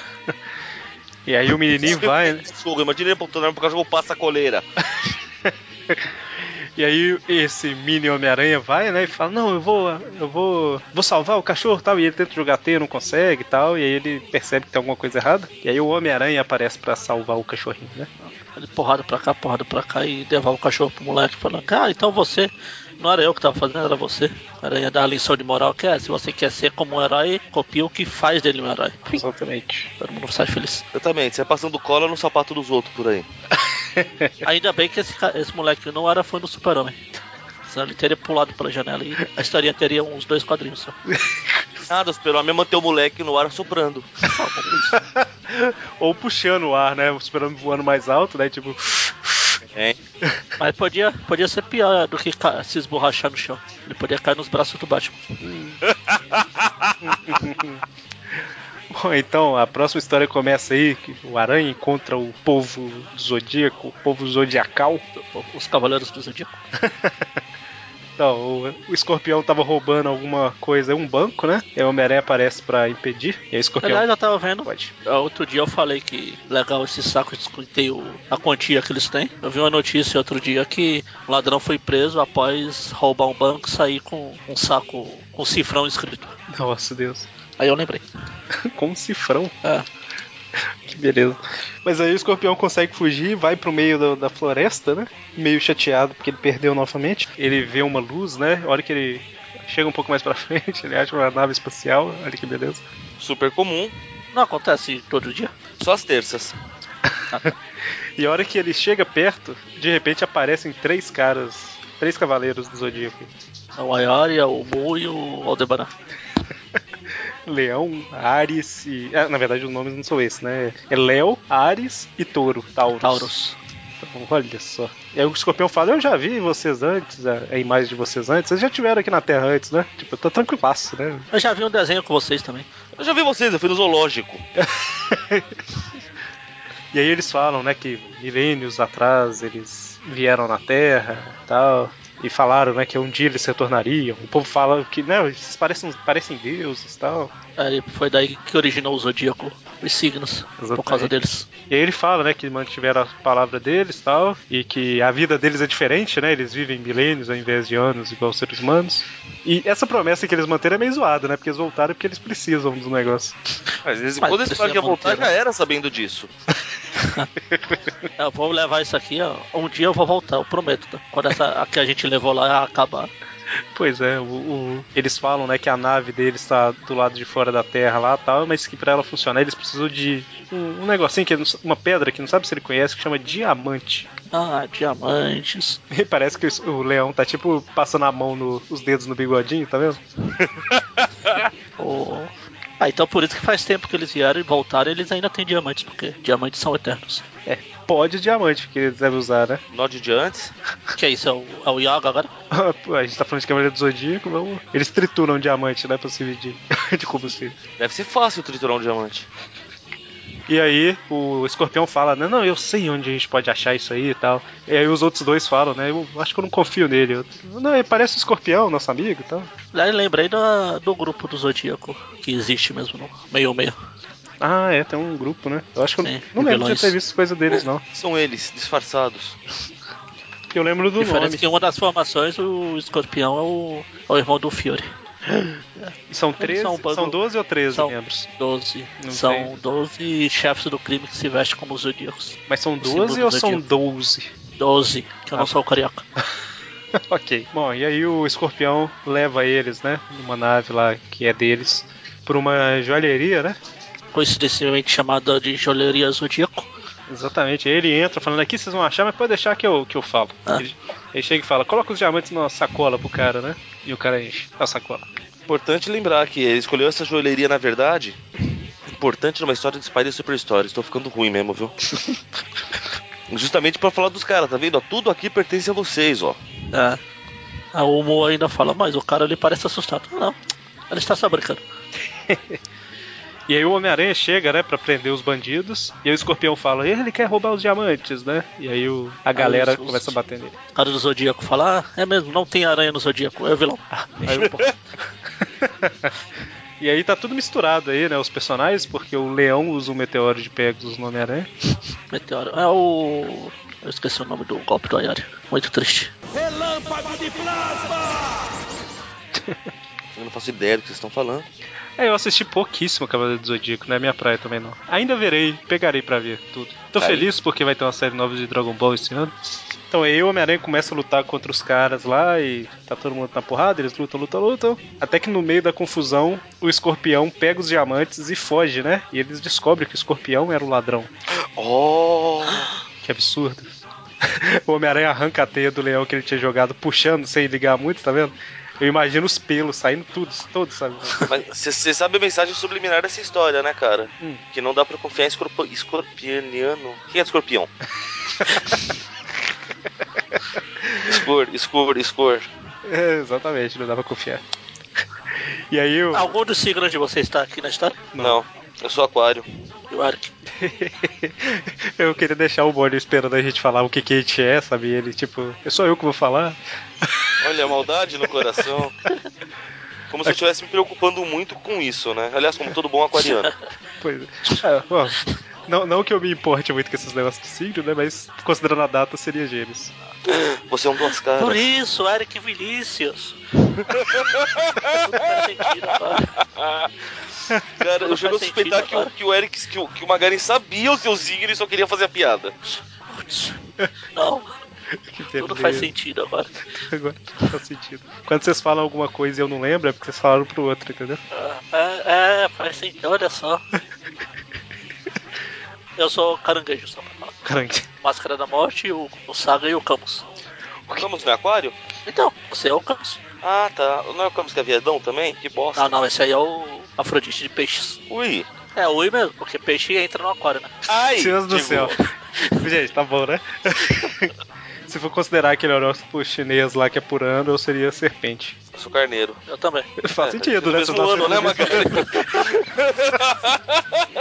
E aí o menininho vai, né?
Fogo, imagina ele apontando a arma pro cachorro, passa a coleira.
E aí esse mini Homem-Aranha vai, né, e fala: "Não, eu vou, eu vou, vou salvar o cachorro", tal, e ele tenta jogar teia, não consegue, tal, e aí ele percebe que tem alguma coisa errada. E aí o Homem-Aranha aparece pra salvar o cachorrinho, né?
Ele porrada pra cá, porrada pra cá e devolve o cachorro pro moleque, falando: Ah, então você. Não era eu que tava fazendo, era você. O aranha dá a lição de moral que é: se você quer ser como um herói, copia o que faz dele um herói. Pim,
Exatamente.
Todo mundo sai feliz.
Exatamente, você vai passando cola no sapato dos outros por aí.
Ainda bem que esse, ca- esse moleque não era fã do Super-Homem. Senão ele teria pulado pela janela e a história teria uns dois quadrinhos só.
Nada, esperou a mesma ter o moleque no ar soprando.
Ou puxando o ar, né, esperando voando mais alto, né, tipo,
É.
Mas podia, podia ser pior do que ca- se esborrachar no chão. Ele podia cair nos braços do Batman.
Bom, então a próxima história começa aí, que o Aranha encontra o povo do Zodíaco, o povo zodiacal.
Os Cavaleiros do Zodíaco.
Então, o, o escorpião tava roubando alguma coisa, um banco, né? E o Homem-Aranha aparece pra impedir. E aí o escorpião.
Aliás, eu tava vendo.
Pode.
ah, Outro dia eu falei que legal esses sacos escutei o- a quantia que eles têm. Eu vi uma notícia outro dia que um ladrão foi preso após roubar um banco e sair com um saco com cifrão escrito.
Nossa Deus.
Aí eu lembrei.
Com um cifrão,
É.
que beleza. Mas aí o escorpião consegue fugir, vai pro meio da, da floresta, né? Meio chateado porque ele perdeu novamente. Ele vê uma luz, né? A hora que ele chega um pouco mais pra frente, ele acha uma nave espacial. Olha que beleza.
Super comum,
Não acontece todo dia.
só as terças.
E a hora que ele chega perto, de repente aparecem três caras. Três cavaleiros do Zodíaco.
É o Ayari, é o Mu e o Aldebaran.
Leão, Ares e. Ah, na verdade, os nomes não são esses, né? É Léo, Ares e Touro. Taurus.
Taurus.
Então, olha só. E aí o escorpião fala: Eu já vi vocês antes, é, a, a imagem de vocês antes. Vocês já tiveram aqui na Terra antes, né? Tipo, tá tranquilaço, né?
Eu já vi um desenho com vocês também.
Eu já vi vocês, eu fui no zoológico.
E aí eles falam, né, que milênios atrás eles vieram na Terra e tal. E falaram, né, que um dia eles retornariam. O povo fala que, né, vocês parecem, parecem deuses e tal.
Aí foi daí que originou o Zodíaco, os signos, por causa
Exatamente.
deles.
E aí ele fala, né, que mantiveram a palavra deles e tal, e que a vida deles é diferente, né? Eles vivem milênios ao invés de anos, igual os seres humanos. E essa promessa que eles manteram é meio zoada, né? Porque eles voltaram porque eles precisam dos negócios.
Mas de vez em
Mas
quando eles
precisa
falaram que ia voltar,
manter,
já
né?
era sabendo disso.
Eu vou levar isso aqui, ó. Um dia eu vou voltar, eu prometo. Tá? Quando essa a que a gente levou lá acabar.
Pois é, o, o- eles falam, né, que a nave deles tá do lado de fora da Terra lá e tal, mas que pra ela funcionar eles precisam de um, um negocinho, que ele não sa- uma pedra que não sabe se ele conhece, que chama diamante.
Ah, diamantes.
E parece que o, o leão tá, tipo, passando a mão nos dedos no bigodinho, tá vendo?
O Ah, então por isso que faz tempo que eles vieram e voltaram, eles ainda têm diamantes, porque diamantes são eternos.
É, pó de diamante que eles devem usar, né?
Nó de diantes.
Que é isso? É o, é o Yaga agora?
Pô, A gente tá falando de Cavaleiro do Zodíaco, vamos. Eles trituram diamante, né? Pra servir de, de combustível.
Deve ser fácil triturar um diamante.
E aí o escorpião fala, né? Não, eu sei onde a gente pode achar isso aí e tal. E aí os outros dois falam, né? Eu acho que eu não confio nele. Eu, não, ele parece o escorpião, nosso amigo e tal.
Daí lembrei da- do grupo do Zodíaco, que existe mesmo no meio-meio.
Ah, é, tem um grupo, né? Eu acho que eu
Sim,
não lembro
vilões.
de ter visto coisa deles, não.
São eles, disfarçados.
Eu lembro do
Diferente
nome.
que em uma das formações, o escorpião é o, é o irmão do Fiore.
São 13,
são um
são,
bando-
12 ou 13
são
membros.
12.
Não
são
sei.
12 chefes do crime que se vestem como zodíacos.
Mas são
símbolo
12
do
ou são
zodíaco.
12?
12, que eu não sou carioca.
ok. Bom, e aí o escorpião leva eles, né? Numa nave lá que é deles. Pra uma joalheria, né?
Coincidentemente chamada de joalheria zodíaco.
Exatamente. Ele entra falando aqui, vocês vão achar, mas pode deixar que eu, que eu falo.
Ah.
Ele, ele chega e fala, coloca os diamantes na sacola pro cara, né? E o cara enche a sacola.
Importante lembrar que ele escolheu essa joalheria, na verdade. Importante numa história de Spider Super Story. Estou ficando ruim mesmo, viu? Justamente pra falar dos caras, tá vendo? ó? Tudo aqui pertence a vocês, ó.
É. A Umo ainda fala, mas o cara ali parece assustado. Ah, Não, ele está só brincando.
E aí o Homem-Aranha chega, né, pra prender os bandidos. E aí o escorpião fala, ele quer roubar os diamantes, né? E aí o- a galera
Ah, os- os-
começa a bater nele.
O cara do zodíaco fala, ah, é mesmo, não tem aranha no zodíaco, é o vilão.
Aí eu- E aí tá tudo misturado aí, né? Os personagens, porque o leão usa o meteoro de Pegasus no Homem-Aranha.
Meteoro. É o. Eu esqueci o nome do golpe do Ayari. Muito triste.
Eu não faço ideia do que vocês estão falando.
É, eu assisti pouquíssimo Cavaleiro do Zodíaco, não é minha praia também não. Ainda verei, pegarei pra ver tudo. Tô
Aí.
feliz porque vai ter uma série nova de Dragon Ball esse ano. Então aí o Homem-Aranha começa a lutar contra os caras lá e tá todo mundo na porrada, eles lutam, lutam, lutam. Até que no meio da confusão, o escorpião pega os diamantes e foge, né? E eles descobrem que o escorpião era o ladrão.
Oh!
Que absurdo. o Homem-Aranha arranca a teia do leão que ele tinha jogado, puxando sem ligar muito, tá vendo? Eu imagino os pelos saindo todos, todos, sabe?
Mas você sabe a mensagem subliminar dessa história, né, cara?
Hum.
Que não dá pra confiar em escorpo... escorpianiano. Quem é escorpião? escor, escor, escor.
É, exatamente, não dá pra confiar. E aí eu.
Algum dos signos de vocês está aqui na história?
Não. eu sou aquário.
Eu acho que
eu queria deixar o Bonnie esperando a gente falar o que, que a gente é, sabe? E Ele, tipo, é só eu que vou falar.
Olha, a maldade no coração. Como se eu estivesse me preocupando muito com isso, né? Aliás, como todo bom aquariano.
Pois é. Ah, bom, não, não que eu me importe muito com esses negócios de signo, né? Mas considerando a data, seria gêmeos.
Você é um duas
Por
caras.
isso, Eric Vinícius. Tudo faz sentido agora.
Cara, eu
não
chego a
faz
suspeitar
sentido
que o,
agora.
que o Eric, que o, que o Magaren sabia o seu signo e só queria fazer a piada.
Putz. Não,
Que
tudo faz
beleza.
sentido agora.
Agora faz sentido. Quando vocês falam alguma coisa e eu não lembro, é porque vocês falaram pro outro, entendeu?
É, é, faz sentido, olha só. Eu sou caranguejo, só pra falar.
Caramba.
Máscara da Morte, o, o Saga e o Camus.
Vamos no aquário?
Então, você é o Camus.
Ah, tá. Não é o Camus que é viadão também? Que bosta.
Ah, não, esse aí é o Afrodite de Peixes.
Ui.
É, o I mesmo, porque peixe entra no aquário, né?
Ai!
Deus do
tipo,
céu. Gente, tá bom, né? Se for considerar aquele horóscopo chinês lá que é por ano, eu seria serpente.
Eu sou carneiro. É,
Eu também.
Faz sentido,
Do
né? Se
mesmo
nós
ano, né,
fizermos
Magaren?
isso,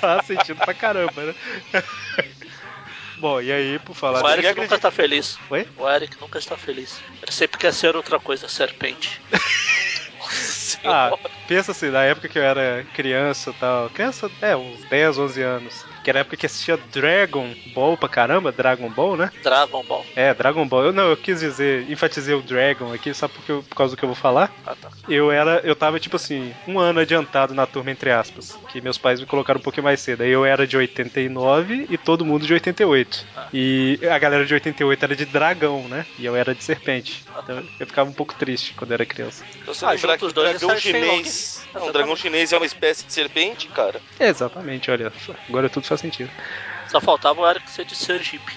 Faz sentido pra caramba, né? Bom, e aí, por falar.
O Eric
acredita.
nunca está feliz.
Oi?
O Eric nunca está feliz. Ele sempre quer ser outra coisa, serpente.
Ah, pensa assim, na época que eu era criança e tal, criança, é, uns 10, 11 anos, que era a época que assistia Dragon Ball pra caramba, Dragon Ball, né?
Dragon Ball.
É, Dragon Ball. Eu não, eu quis dizer, enfatizei o Dragon aqui, só porque eu- por causa do que eu vou falar.
Ah, tá.
Eu era, eu tava tipo assim, um ano adiantado na turma, entre aspas, que meus pais me colocaram um pouquinho mais cedo. Aí eu era de 89 e todo mundo de 88. E a galera de 88 era de dragão, né? E eu era de serpente. Então eu ficava um pouco triste quando era criança.
Se você
Ah,
lembrar
juntos
que
os
o
dois,
dragão
ele sai Shenlong.
chinês. Não, o dragão chinês é uma espécie de serpente, cara.
Exatamente, olha, agora tudo faz sentido.
Só faltava o Eric ser de Sergipe.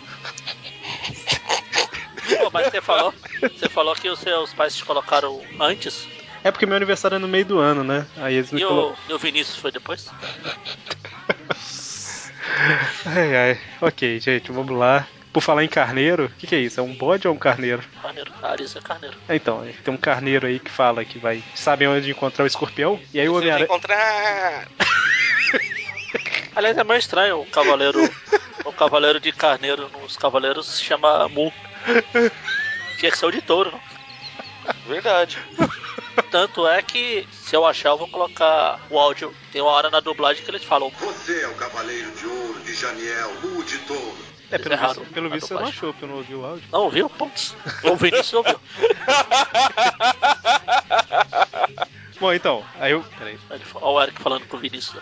Pô, mas você falou, você falou que os seus pais te colocaram antes.
É porque meu aniversário é no meio do ano, né? Aí eles me
E
colocaram.
o, e o Vinícius foi depois?
Ai, ai. Ok, gente, vamos lá. Por falar em carneiro, o que, que é isso? É um bode ou um carneiro?
Carneiro. Ares é carneiro.
Ah, Então, tem um carneiro aí que fala que vai. Sabem onde encontrar o escorpião? E aí o
Vocês vão
Homem-Aranha.
encontrar.
Aliás, é meio estranho o cavaleiro. o cavaleiro de carneiro nos cavaleiros se chama Mu. Tinha que ser o de touro, não?
Verdade.
Tanto é que, se eu achar, eu vou colocar o áudio. Tem uma hora na dublagem que eles falam.
Você é o Cavaleiro de Ouro de Janiel, Lu de Touro.
É, pelo
erraram
visto, pelo
a
visto você não
dublagem.
achou, porque eu não ouvi o áudio.
Não ouviu? Putz. O Vinícius ouviu.
Bom, então, aí eu. Peraí.
Ele, fa- olha o Eric falando com o Vinícius.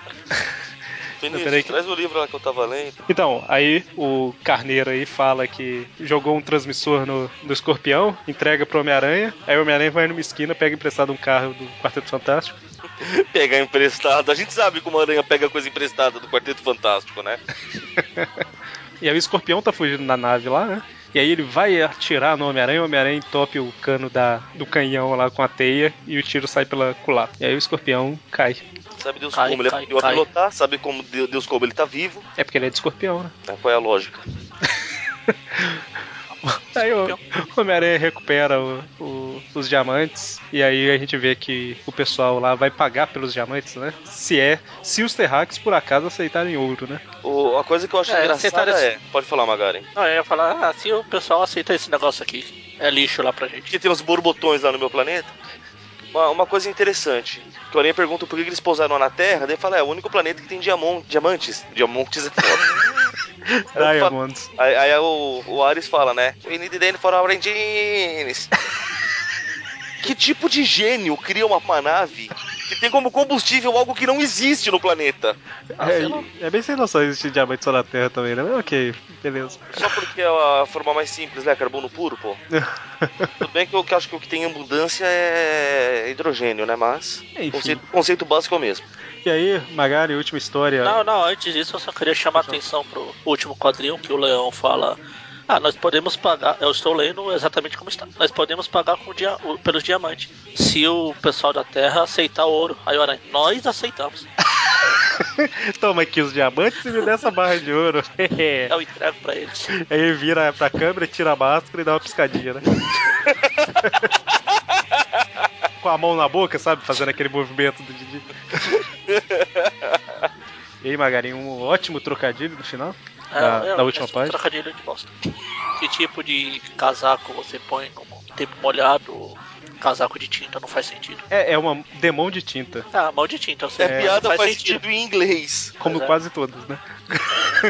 peraí
Vinícius,
que-
traz o livro lá que eu tava lendo.
Então, aí o carneiro aí fala que jogou um transmissor no, no escorpião, entrega pro Homem-Aranha, aí o Homem-Aranha vai numa esquina, pega emprestado um carro do Quarteto Fantástico.
Pegar emprestado. A gente sabe como a aranha pega coisa emprestada do Quarteto Fantástico, né?
E aí o escorpião tá fugindo na nave lá, né? E aí ele vai atirar no Homem-Aranha, o Homem-Aranha entope o cano da, do canhão lá com a teia e o tiro sai pela culata. E aí o escorpião cai.
Sabe Deus
Cai,
como ele é
cai,
aprendeu a
cai.
pilotar, sabe como Deus Deus como ele tá vivo.
É porque ele é de escorpião, né?
né? Qual é a lógica?
Aí o, o Homem-Aranha recupera o- o- os diamantes e aí a gente vê que o pessoal lá vai pagar pelos diamantes, né? Se é, se os Terráqueos por acaso aceitarem ouro, né?
O- a coisa que eu acho
É,
engraçada
tentaram-
é. Pode falar, Magaren.
Não, eu ia falar, ah, se o pessoal aceita esse negócio aqui, é lixo lá pra gente.
que tem uns borbotões lá no meu planeta. Uma, uma coisa interessante, que o Aranha pergunta por que que eles pousaram lá na Terra, daí fala, é o único planeta que tem diamon- diamantes. Diamantes é foda.
Diamonds.
aí aí o, o Ares fala, né? We need them for our engines. que tipo de gênio cria uma, uma nave que tem como combustível algo que não existe no planeta?
É, é bem sem noção existir diamante só na Terra também, né? Mas ok, beleza.
Só porque é a forma mais simples, né? Carbono puro, pô. Tudo bem que eu, que eu acho que o que tem em abundância é hidrogênio, né? Mas
Enfim.
o conceito, conceito básico é o mesmo.
e aí, Magari, última história.
Não, não, antes disso eu só queria chamar a atenção pro último quadrinho que o Leão fala. Ah, nós podemos pagar, eu estou lendo exatamente como está. Nós podemos pagar com dia, o- pelos diamantes. Se o pessoal da Terra aceitar o ouro. Aí, olha, nós aceitamos.
Toma aqui os diamantes e me dá essa barra de ouro. É.
Eu entrego pra eles.
Aí ele vira pra câmera, tira a máscara e dá uma piscadinha, né? Com a mão na boca, sabe? Fazendo aquele movimento do Didi. E aí, Magarinho, um ótimo trocadilho no final? Na- na última
esse
página?
é um Trocadilho de bosta. Que tipo de casaco você põe no tempo molhado? Casaco de tinta não faz sentido.
É, é uma demão de tinta,
Ah, mal de tinta, eu
É,
sei.
a
mas
piada
não
faz, sentido. em inglês.
como
Pois é.
quase todas, né?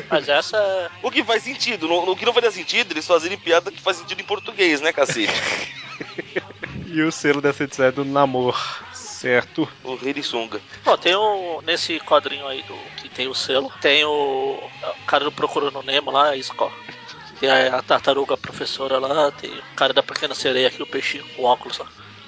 Mas essa é.
O que faz sentido. No, no que não faria sentido, eles fazerem piada que faz sentido em português, né, cacete?
E o selo dessa edição é do Namor, certo?
o rei de sunga.
Bom, tem um. Nesse quadrinho aí do que tem o selo, tem o. O cara do Procurando Nemo lá, a Scott. Tem a, a tartaruga professora lá, tem o cara da pequena sereia aqui, o peixinho com óculos lá.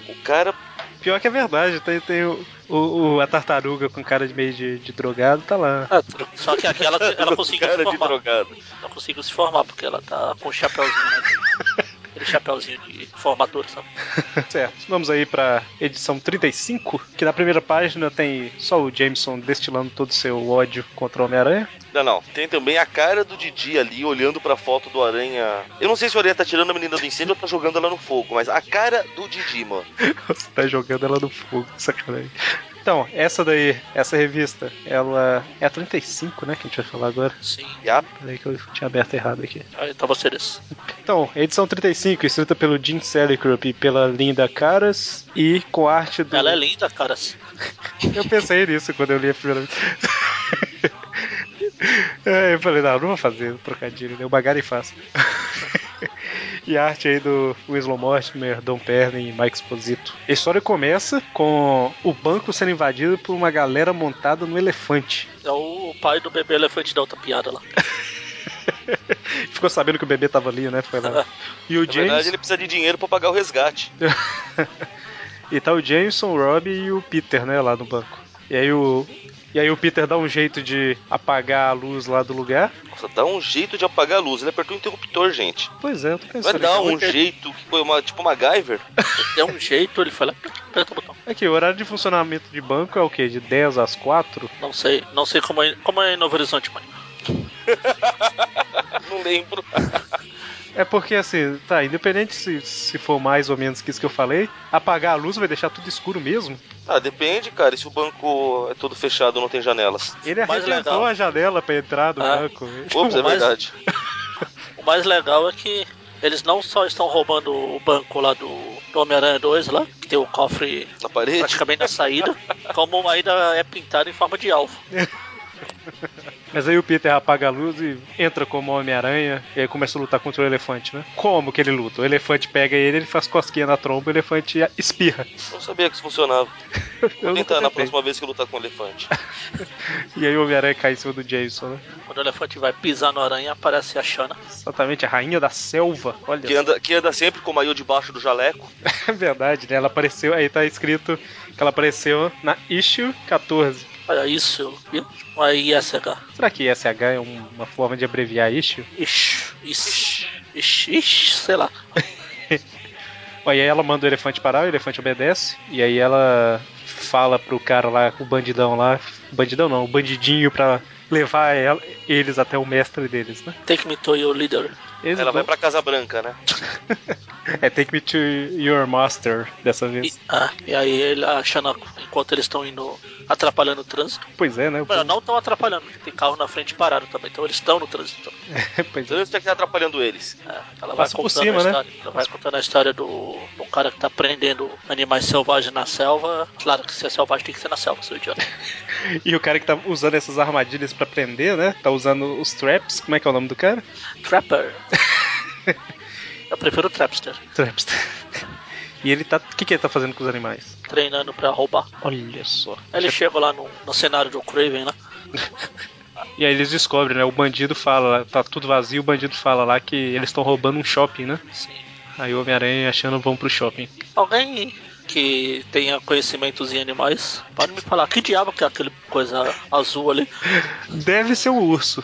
O cara.
Pior que é verdade, tem, tem o, o- o- a tartaruga com cara de meio de, de drogado, tá lá.
Ah, Só que aqui ela, ela conseguiu
cara
se
de
formar.
drogado.
Ela conseguiu se formar, porque ela tá com o chapéuzinho, né? Aquele chapéuzinho de formatura, sabe?
Certo, vamos aí pra edição 35, que na primeira página tem só o Jameson destilando todo o seu ódio contra o Homem-Aranha.
Não, não. Tem também a cara do Didi ali olhando pra foto do Aranha. Eu não sei se o Aranha tá tirando a menina do incêndio ou tá jogando ela no fogo, mas a cara do Didi, mano.
Você tá jogando ela no fogo, sacanagem. Então, essa daí, essa revista, ela é a 35, né, que a gente vai falar agora.
Sim.
E a-
Peraí que eu tinha aberto errado aqui.
Aí tava seres.
Então, edição 35, escrita pelo Jim Selicrup e pela Linda Caras e com arte do...
Ela é linda, cara.
Eu pensei nisso quando eu li a primeira vez. É, eu falei, não, não vou fazer trocadilho, né? O bagari faz. e a arte aí do Winslow Mortimer, Don Perlin e Mike Esposito. A história começa com o banco sendo invadido por uma galera montada no elefante.
É o pai do bebê elefante da outra piada lá.
Ficou sabendo que o bebê tava ali, né? Foi lá. E o
Na
James.
É verdade, ele precisa de dinheiro pra pagar o resgate.
E tá o Jameson, o Rob e o Peter, né, lá no banco. E aí o. E aí o Peter dá um jeito de apagar a luz lá do lugar.
Nossa, dá um jeito de apagar a luz. Ele apertou o interruptor, gente.
Pois é, eu tô pensando.
Vai dar
aqui,
um
onde é-
jeito que foi uma, tipo uma Guyver.
Deu um jeito, ele foi lá, aperta o botão.
Aqui, É o horário de funcionamento de banco é o quê? De 10 às 4?
Não sei, não sei como é, como é em Novo Horizonte, mãe.
Não lembro.
É porque assim, tá, independente se, se for mais ou menos que isso que eu falei, apagar a luz vai deixar tudo escuro mesmo.
Ah, depende, cara. E se o banco é todo fechado, não tem janelas?
Ele
Mais
arrebentou
legal.
a janela pra entrar no
Ah.
banco.
Ops, é
Mas-
verdade.
O mais legal é que eles não só estão roubando o banco lá do, do Homem-Aranha 2 lá, que tem o cofre
Na parede?
praticamente na saída, como ainda é pintado em forma de alvo.
Mas aí o Peter apaga a luz e entra como Homem-Aranha e aí começa a lutar contra o elefante, né? Como que ele luta? O elefante pega ele, ele faz cosquinha na tromba, o elefante espirra.
Não sabia que isso funcionava.
Eu
Vou
nunca
tentar na
tentei.
próxima vez que eu lutar com o elefante.
E aí o Homem-Aranha cai em cima do Jason, né?
Quando o elefante vai pisar no aranha, aparece a Shana.
Exatamente, a rainha da selva. Olha,
Que anda, que anda sempre com o maiô debaixo do jaleco.
é verdade, né? Ela apareceu, aí tá escrito que ela apareceu na issue 14.
Olha isso, viu? Aí ia chegar.
Será que SH é um- uma forma de abreviar issue?
Ixi, ixi, ixi, ixi, sei lá.
Ó, E aí ela manda o elefante parar, o elefante obedece, e aí ela fala pro cara lá, o bandidão lá, bandidão não, o bandidinho pra levar ela- eles até o mestre deles, né?
Take me to your leader.
Eles
Ela vai
vão-
pra Casa Branca, né?
É Take Me to Your Master dessa
E,
vez.
ah, e aí ele, a Shana, enquanto eles estão indo atrapalhando o trânsito.
Pois é, né?
Mano, não estão atrapalhando, porque tem carro na frente parado também, então eles estão no trânsito.
Pois é.
Então isso é que tá atrapalhando eles.
É, ela vai
Passa por
contando
cima,
a
né?
história. Ela vai contando a história do, do cara que tá prendendo animais selvagens na selva. Claro que se é selvagem tem que ser na selva, seu idiota.
E o cara que tá usando essas armadilhas pra prender, né? Tá usando os traps. Como é que é o nome do cara?
Trapper. Eu prefiro o Trapster,
Traps. E ele tá. O que, que ele tá fazendo com os animais?
treinando pra roubar.
Olha só.
Aí ele chega lá no, no cenário do Craven, né?
E aí eles descobrem, né? O bandido fala, tá tudo vazio, o bandido fala lá que eles estão roubando um shopping, né?
Sim.
Aí o Homem-Aranha achando vão pro shopping.
Alguém que tenha conhecimentos em animais, pode me falar que diabo que é aquele coisa azul ali.
Deve ser o urso.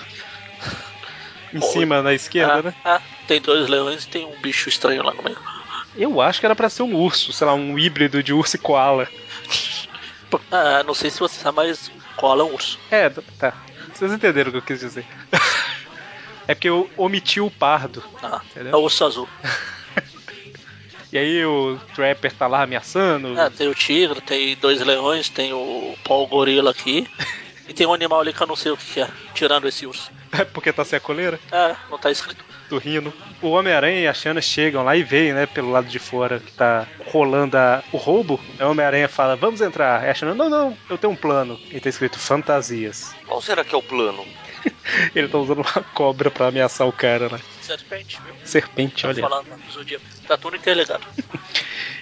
Em
Oi.
cima, na esquerda,
Ah,
né?
ah, tem dois leões e tem um bicho estranho lá no meio.
Eu acho que era pra ser um urso, sei lá, um híbrido de urso e koala.
Ah, não sei se você sabe, mas cola é um urso.
É, d- tá. Vocês entenderam o que eu quis dizer. é porque eu omiti o pardo.
Ah,
Entendeu?
é o urso azul.
E aí o Trapper tá lá ameaçando.
Ah, tem o tigre, tem dois leões, tem o pau gorila aqui. E tem um animal ali que eu não sei o que que é, tirando esse urso.
É porque tá sem a coleira
Ah, não tá escrito.
do rino. O Homem-Aranha e a Shana chegam lá e veem, né, pelo lado de fora que tá rolando a- o roubo. Aí o Homem-Aranha fala, vamos entrar. Aí a Shana, não, não, eu tenho um plano. E tá escrito fantasias.
Qual será que é o plano?
Ele tá usando uma cobra pra ameaçar o cara, né?
Serpente, viu?
Serpente,
Tô
olha.
falando, mano, zodíaco. Tá tudo interligado.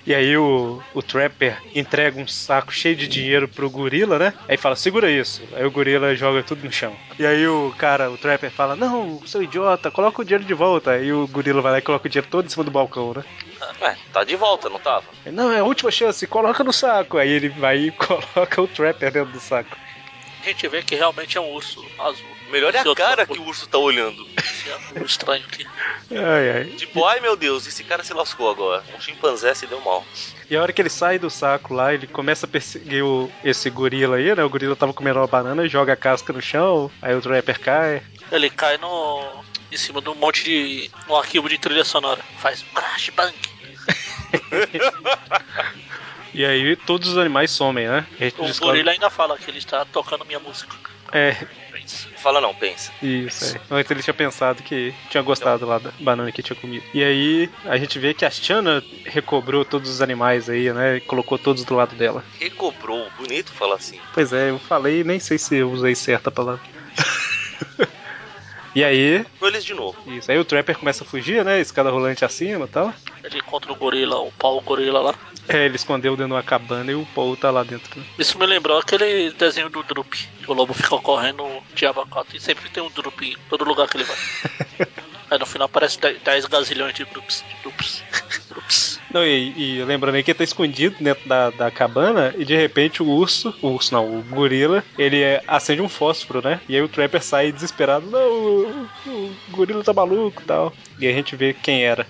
E aí o, o Trapper entrega um saco cheio de dinheiro pro gorila, né? Aí fala, segura isso. Aí o gorila joga tudo no chão. E aí o cara, o Trapper fala, não, seu idiota, coloca o dinheiro de volta. Aí o gorila vai lá e coloca o dinheiro todo em cima do balcão, né?
Ué, tá de volta, não tava?
Ele, não, é a última chance, coloca no saco. Aí ele vai e coloca o Trapper dentro do saco.
A gente vê que realmente é um urso azul.
Melhor é
Esse
a
outro
cara
bagulho.
que o urso tá olhando.
Esse azul estranho aqui.
Ai, ai.
Tipo, ai meu Deus, esse cara se lascou agora. Um chimpanzé se deu mal.
E a hora que ele sai do saco lá, ele começa a perseguir o, esse gorila aí, né? O gorila tava comendo uma banana, joga a casca no chão, aí o Trapper cai.
Ele cai no. em cima de um monte de. um arquivo de trilha sonora. Faz um crash bang.
E aí todos os animais somem, né? A gente
O
descobre-
gorila ainda fala que ele está tocando minha música.
É,
Fala não, pensa.
Isso, é. Antes ele tinha pensado que tinha gostado lá da banana que tinha comido. E aí a gente vê que a Shana recobrou todos os animais aí, né? E colocou todos do lado dela.
Recobrou, bonito falar assim.
Pois é, eu falei nem sei se eu usei certa palavra. e aí,
Foi eles de novo.
isso. Aí o Trapper começa a fugir, né? Escada rolante acima e tal.
Ele encontra o gorila, o pau gorila lá.
É, ele escondeu dentro de uma cabana e o Paul tá lá dentro. né?
Isso me lembrou aquele desenho do Droop. que O lobo fica correndo de abacate e sempre tem um Droop em todo lugar que ele vai. Aí no final aparece 10 gazilhões de Droops. de Droops. Droops.
Não, e, e lembrando aí que ele tá escondido dentro da, da cabana e de repente o urso, o urso não, o gorila, ele é, acende um fósforo, né? E aí o Trapper sai desesperado, não, o, o- o gorila tá maluco e tal. E a gente vê quem era.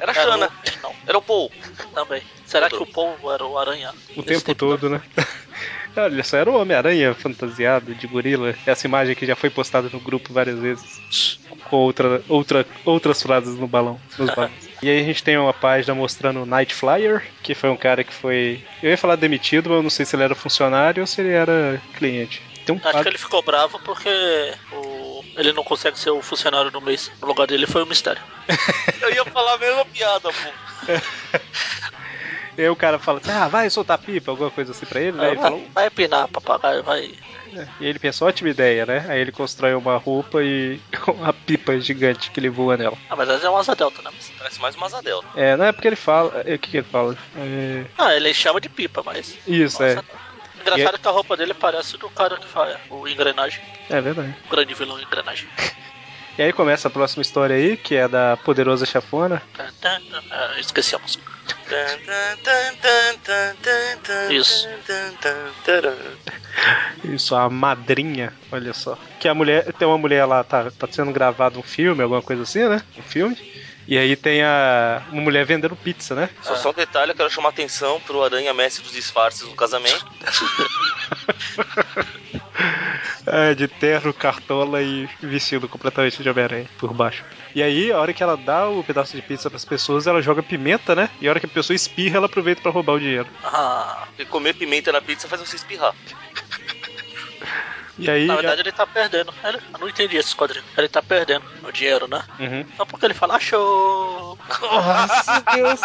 Era a
Cara,
Xana.
Não,
Era o Paul.
Também. Será que o Paul era o aranha?
O
Esse
tempo, todo, né? Olha, só era o Homem-Aranha fantasiado de gorila. Essa imagem que já foi postada no grupo várias vezes. Com outra, outra, outras frases no balão, nos balões. e aí a gente tem uma página mostrando o Night Flyer, que foi um cara que foi. Eu ia falar demitido, mas eu não sei se ele era funcionário ou se ele era cliente. Tem um
Acho
quadro-
que ele ficou bravo porque o... ele não consegue ser o funcionário do mês. O lugar dele foi um mistério.
Eu ia falar a mesma piada, pô.
E aí o cara fala assim, ah, vai soltar pipa, alguma coisa assim pra ele, né?
Aí
Ele falou,
vai, vai pinar, papagaio, vai.
E ele pensa, ótima ideia, né? Aí ele constrói uma roupa e uma pipa gigante que ele voa nela.
Ah, mas às é um asa delta, né? Mas-
Parece mais uma Zadel.
É, não é porque ele fala. é, O que, que ele fala? É,
Ah, ele chama de pipa, mas.
Isso, é.
é. Engraçado que a roupa dele parece do cara que faz o engrenagem,
É verdade.
o grande vilão engrenagem.
E aí começa a próxima história aí, que é da Poderosa Chafona.
Tan, tan, tan. Ah, esqueci a música. Isso.
Isso.
Isso, a madrinha, olha só. Que a mulher. Tem uma mulher lá, tá, tá sendo gravado um filme, alguma coisa assim, né? Um filme. E aí tem a. Uma mulher vendendo pizza, né?
Ah.
Só, só um detalhe, eu quero chamar a atenção pro Aranha Mestre dos Disfarces no casamento.
É, de terno, cartola e vestido completamente de Homem-Aranha por baixo. E aí, a hora que ela dá o pedaço de pizza pras pessoas, ela joga pimenta, né? E a hora que a pessoa espirra, ela aproveita pra roubar o dinheiro.
Ah,
Porque comer pimenta na pizza faz você espirrar.
E aí.
na
já-
verdade ele tá perdendo. Ele, eu não entendi esse quadrinho. Ele tá perdendo o dinheiro, né?
Uhum.
Só porque ele fala, achou!
Nossa, Deus!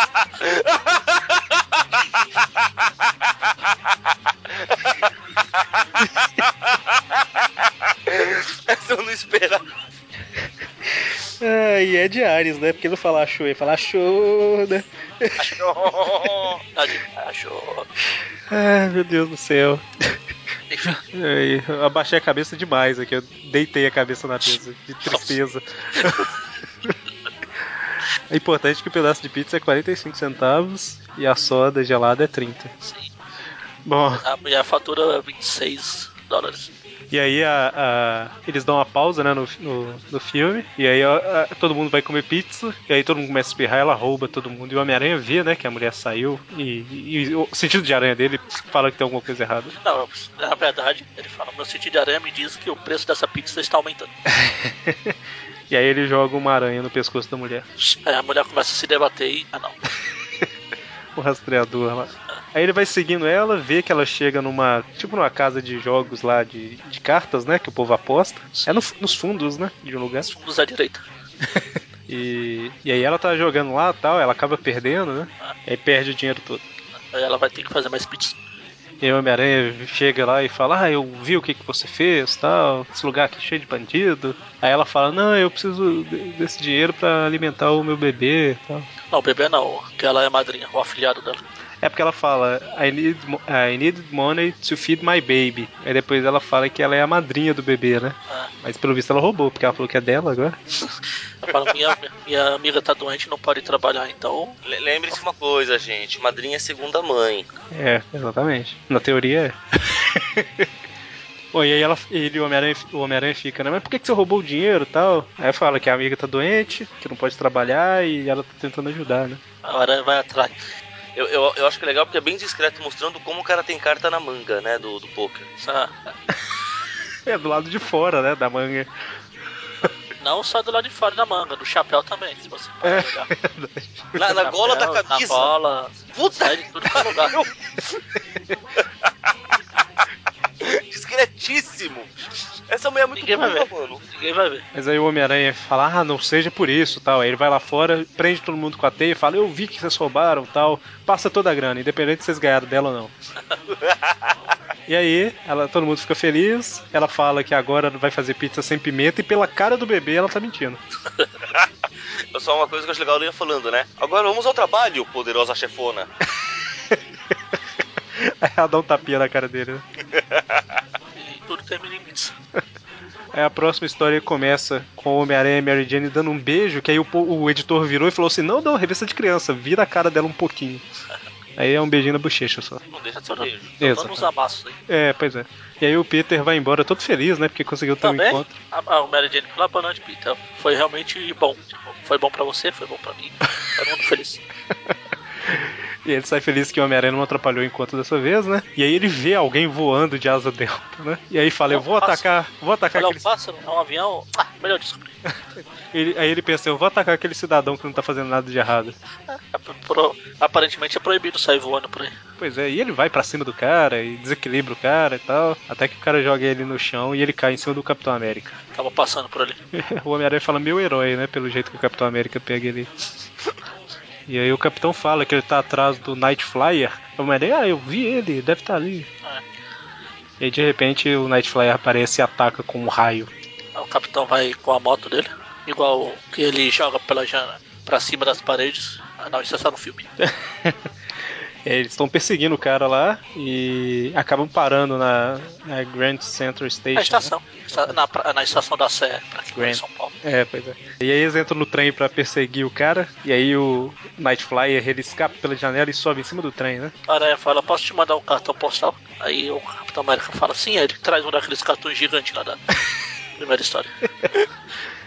Essa eu não esperava.
É, e é de Ares, né? Porque não fala show, ele fala show, né?
Ah, de- Achou!
Ai, meu Deus do céu. Ai, eu abaixei a cabeça demais aqui, eu deitei a cabeça na mesa, de tristeza. É importante que o pedaço de pizza é 45 centavos e a soda gelada é 30.
Sim.
Bom,
A, e a fatura é 26 dólares.
e aí a- a- eles dão uma pausa né, no, no, no filme, e aí a- a- todo mundo vai comer pizza, e aí todo mundo começa a espirrar, ela rouba todo mundo, e o Homem-Aranha vê né, que a mulher saiu, e, e o sentido de aranha dele fala que tem alguma coisa errada.
Não, na verdade, ele fala, meu sentido de aranha me diz que o preço dessa pizza está aumentando.
E aí ele joga uma aranha no pescoço da mulher.
Aí a mulher começa a se debater e. Ah não.
o rastreador lá. Aí ele vai seguindo ela, vê que ela chega numa. Tipo numa casa de jogos lá de, de cartas, né? Que o povo aposta. É no- nos fundos, né? De um lugar.
Os fundos à direita.
E, e aí ela tá jogando lá tal, ela acaba perdendo, né? E aí perde o dinheiro todo.
Aí ela vai ter que fazer mais pizza.
E aí o Homem-Aranha chega lá e fala, ah, eu vi o que, que você fez, tal, esse lugar aqui cheio de bandido. Aí ela fala, não, eu preciso de- desse dinheiro pra alimentar o meu bebê tal.
Não, o bebê não, que ela é madrinha, o afilhado dela.
É porque ela fala, I need, mo- I need money to feed my baby. Aí depois ela fala que ela é a madrinha do bebê, né?
Ah.
Mas pelo visto ela roubou, porque ela falou que é dela agora.
Ela fala, minha, minha amiga tá doente, não pode trabalhar, então.
Le- Lembre-se uma coisa, gente. Madrinha é segunda mãe.
É, exatamente. Na teoria é. Bom, e aí ela, ele, o Homem-Aranha o Homem fica, né? Mas por que, que você roubou o dinheiro e tal? Aí fala que a amiga tá doente, que não pode trabalhar e ela tá tentando ajudar, né?
A aranha vai atrás.
Eu, eu, eu acho que é legal porque é bem discreto, mostrando como o cara tem carta na manga, né? Do, do poker.
Ah,
É do lado de fora, né? Da manga.
Não só do lado de fora da manga, do chapéu também, se você parar pra olhar.
Na,
Tá
na gola da
Chapéu,
camisa.
Na gola.
Puta
Sai de tudo que é lugar.
Discretíssimo. Essa mulher é muito
Ninguém vai
burra,
ver.
mano.
Ninguém vai ver.
Mas aí o Homem-Aranha fala, ah, não seja por isso, tal. Aí ele vai lá fora, prende todo mundo com a teia e fala, eu vi que vocês roubaram, tal. Passa toda a grana, independente se vocês ganharam dela ou não. e aí, ela, todo mundo fica feliz, ela fala que agora vai fazer pizza sem pimenta e pela cara do bebê ela tá mentindo.
É só uma coisa que eu acho legal eu ia falando, né? Agora vamos ao trabalho, poderosa chefona.
Aí ela dá um tapinha na cara dele, né?
E tudo termina em pizza.
Aí a próxima história começa com o Homem-Aranha e Mary Jane dando um beijo, que aí o, po- o editor virou e falou assim, não, não, revista de criança, vira a cara dela um pouquinho. Aí é um beijinho na bochecha só.
Não deixa de ser
Só
um beijo.
Exato.
dando uns amassos aí.
É, pois é. E aí o Peter vai embora todo feliz, né? Porque conseguiu ter um
Também?
encontro.
A, a o Mary Jane fala, boa noite, Peter. Foi realmente bom. Tipo, foi bom pra você, foi bom pra mim. Todo mundo feliz.
E ele sai feliz que o Homem-Aranha não atrapalhou enquanto dessa vez, né? E aí ele vê alguém voando de asa delta, né? E aí fala,
É um
eu vou
pássaro.
atacar, vou atacar
Olha, é
aquele...
um pássaro? É um avião? Ah, melhor descobrir.
Ele- aí ele pensa, eu vou atacar aquele cidadão que não tá fazendo nada de errado.
É pro- Aparentemente é proibido sair voando por aí.
Pois é, e ele vai pra cima do cara e desequilibra o cara e tal, até que o cara joga ele no chão e ele cai em cima do Capitão América.
Tava passando por ali.
o Homem-Aranha fala meu herói, né? Pelo jeito que o Capitão América pega ele. E aí o Capitão fala que ele tá atrás do Night Flyer. O Homem-Aranha, ah, eu vi ele, deve estar ali.
Ah.
E aí, de repente o Night Flyer aparece e ataca com um raio.
Aí O capitão vai com a moto dele, igual que ele joga pela janela pra cima das paredes. Ah, não, isso é só no filme.
É, Eles estão perseguindo o cara lá e acabam parando na, na Grand Central Station. né?
Na estação, Esta- na, pra- na estação da Sé, pra quem mora em São Paulo.
É, pois é. E aí eles entram no trem pra perseguir o cara. E aí o Night Flyer ele escapa pela janela e sobe em cima do trem, né?
A aranha fala: Posso te mandar um cartão postal? Aí o Capitão América fala: Sim, aí ele traz um daqueles cartões gigantes lá da primeira história.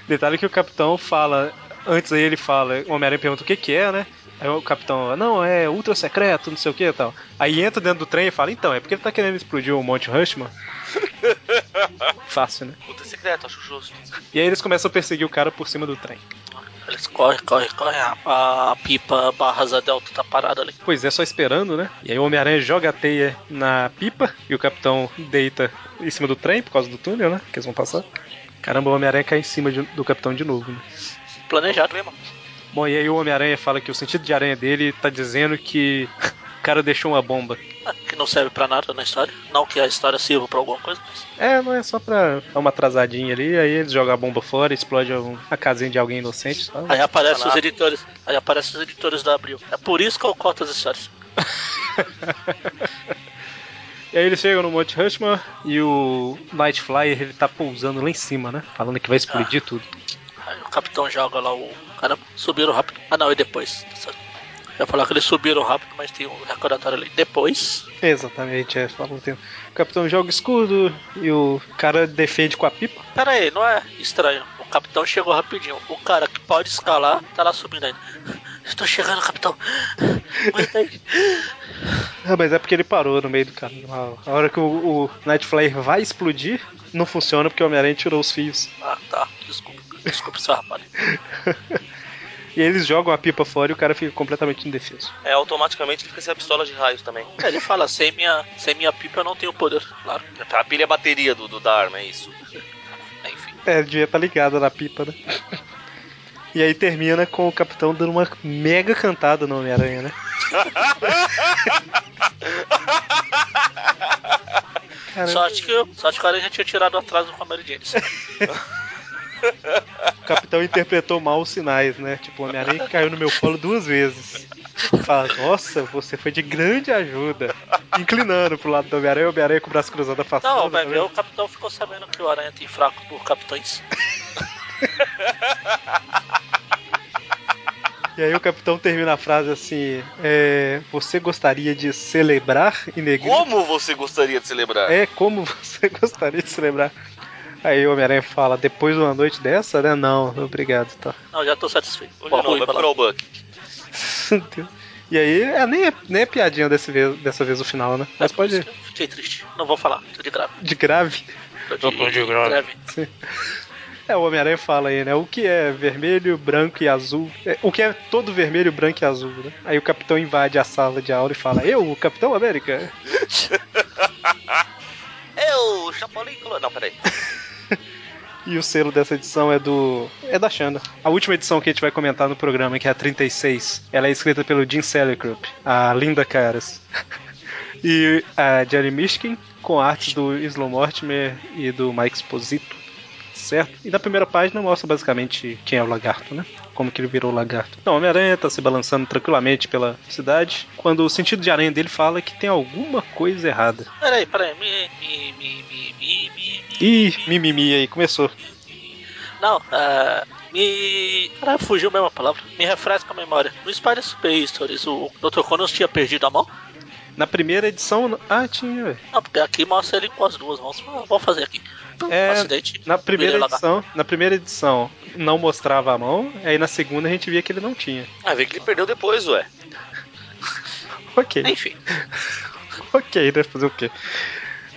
Detalhe que o capitão fala. Antes aí ele fala, o Homem-Aranha pergunta o que que é, né? Aí o capitão, não, é ultra secreto, não sei o que e tal. Aí entra dentro do trem e fala, então, é porque ele tá querendo explodir o Monte Rushman. Fácil, né?
Puta secreto, acho justo.
E aí eles começam a perseguir o cara por cima do trem.
Eles correm, correm, correm. A, a pipa barras a Delta tá parada ali.
Pois é, só esperando, né? E aí o Homem-Aranha joga a teia na pipa e o capitão deita em cima do trem por causa do túnel, né? Que eles vão passar. Caramba, o Homem-Aranha cai em cima de- do capitão de novo, né?
Planejado.
Bom, e aí o Homem-Aranha fala que o sentido de aranha dele tá dizendo que o cara deixou uma bomba.
Ah, Que não serve pra nada na história. Não que a história sirva pra alguma coisa, mas.
É, não é só pra dar uma atrasadinha ali, aí eles jogam a bomba fora, explode um- a casinha de alguém inocente. sabe?
Aí aparecem os editores. Aí aparecem os editores da Abril. É por isso que eu corto as histórias.
E aí eles chegam no Monte Rushmore e o Night Flyer ele tá pousando lá em cima, né? Falando que vai explodir tudo.
Aí o capitão joga lá o. Caramba, subiram rápido. Ah não, e depois. Eu ia falar que eles subiram rápido, mas tem um recordatório ali. Depois.
Exatamente, é, fala um tempo. O capitão joga o escudo e o cara defende com a pipa.
Pera aí, não é estranho. O capitão chegou rapidinho. O cara que pode escalar tá lá subindo ainda. Estou chegando, capitão. Aguenta aí.
Ah, mas é porque ele parou no meio do caminho. lá. A hora que o, o Night Flyer vai explodir, não funciona porque o Homem-Aranha tirou os fios.
Ah, tá. Desculpa. Desculpa, seu rapaz.
E aí eles jogam a pipa fora e o cara fica completamente indefeso.
É, automaticamente ele fica sem a pistola de raios também.
Ele fala, sem minha, sem minha pipa eu não tenho poder. Claro.
A pilha é a bateria do, do, da arma, é isso.
Enfim.
É, devia estar ligada na pipa, né? E aí termina com o capitão dando uma mega cantada no Homem-Aranha, né? Caramba,
Sorte que, eu- sorte que a gente tinha tirado atraso com a Mary Jane.
o capitão interpretou mal os sinais, né? Tipo, o Homem-Aranha caiu no meu colo duas vezes. Fala, nossa, você foi de grande ajuda. Inclinando pro lado do Homem-Aranha, o Homem-Aranha com o braço cruzado afastado.
Não, vai
tá
ver,
vendo?
o capitão ficou sabendo que o Aranha tem fraco por capitães.
E aí o capitão termina a frase assim: é, Você gostaria de celebrar e negar?
Como você gostaria de celebrar?
É, como você gostaria de celebrar? Aí o Homem-Aranha fala: Depois de uma noite dessa, né? Não, obrigado, tá.
Não, já tô satisfeito.
Hoje
Ó,
não,
Rui,
vai
fala.
procurar o Buck.
Meu Deus. E aí, é, nem, é, nem é piadinha desse vez, dessa vez o final, né? Mas pode ir.
Fiquei triste. Não vou falar. Tô de grave.
De grave.
Tô de, grave.
É, o Homem-Aranha fala aí, né? O que é vermelho, branco e azul? É, o que é todo vermelho, branco e azul, né? Aí o capitão invade a sala de aula e fala: Eu, o Capitão América?
Eu, Chapolin Colorado. Não, peraí.
E o selo dessa edição é do. é da Xana. A última edição que a gente vai comentar no programa, que é a 36, ela é escrita pelo Jim Selicrup, a Linda Caras. e a Jerry Mishkin, com artes do Islo Mortimer e do Mike Esposito. Certo? E na primeira página mostra basicamente quem é o lagarto, né? Como que ele virou lagarto. Então, o Homem-Aranha tá se balançando tranquilamente pela cidade, quando o sentido de aranha dele fala que tem alguma coisa errada.
Peraí, peraí. Me, me, me, me, me, me, me.
Ih, mimimi aí, começou.
Não, ah, me. Caralho, fugiu mesmo a palavra. Me refresca a memória. No Spider Super Stories, o Dr. Connors tinha perdido a mão?
Na primeira edição. Ah, tinha, velho.
Não, porque aqui mostra ele com as duas mãos. Ah, vou fazer aqui. Um
É,
Acidente. é
Na primeira
Virei
edição, na primeira edição não mostrava a mão, aí na segunda a gente via que ele não tinha.
Ah, vê que ele perdeu depois, ué.
Ok.
Enfim.
ok, né? Fazer o quê?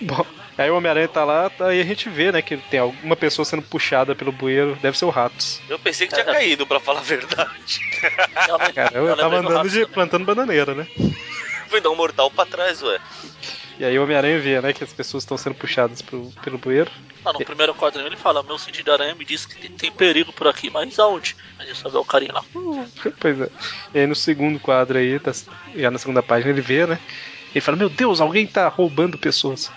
Bom, aí o Homem-Aranha tá lá, tá- aí a gente vê, né, que tem alguma pessoa sendo puxada pelo bueiro, deve ser o Ratos.
Eu pensei que tinha caído, pra falar a verdade.
Eu lembro-
Cara, eu,
É, eu
tava
lembrei do
andando
Ratos
de,
também.
plantando bananeira, né?
Fui dar um mortal pra trás, ué.
E aí o Homem-Aranha vê, né, que as pessoas estão sendo puxadas pro- pelo bueiro.
Ah, no primeiro quadrinho ele fala: Meu sentido de aranha me disse que tem- tem perigo por aqui, mas aonde? A gente só vê o carinha lá.
pois é. E aí no segundo quadro aí, das- já na segunda página, ele vê, né? Ele fala, meu Deus, alguém tá roubando pessoas.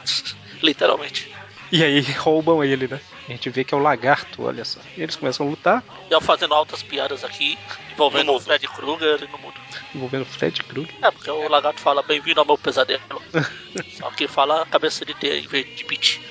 Literalmente.
E aí roubam ele, né? A gente vê que é o lagarto, olha só. Eles começam a lutar,
E eu fazendo altas piadas aqui, envolvendo
No
o
mundo.
Fred Krueger e no mundo.
envolvendo Fred Krueger.
É, porque o lagarto fala: Bem-vindo ao meu pesadelo. Só que fala cabeça de T em vez de pit.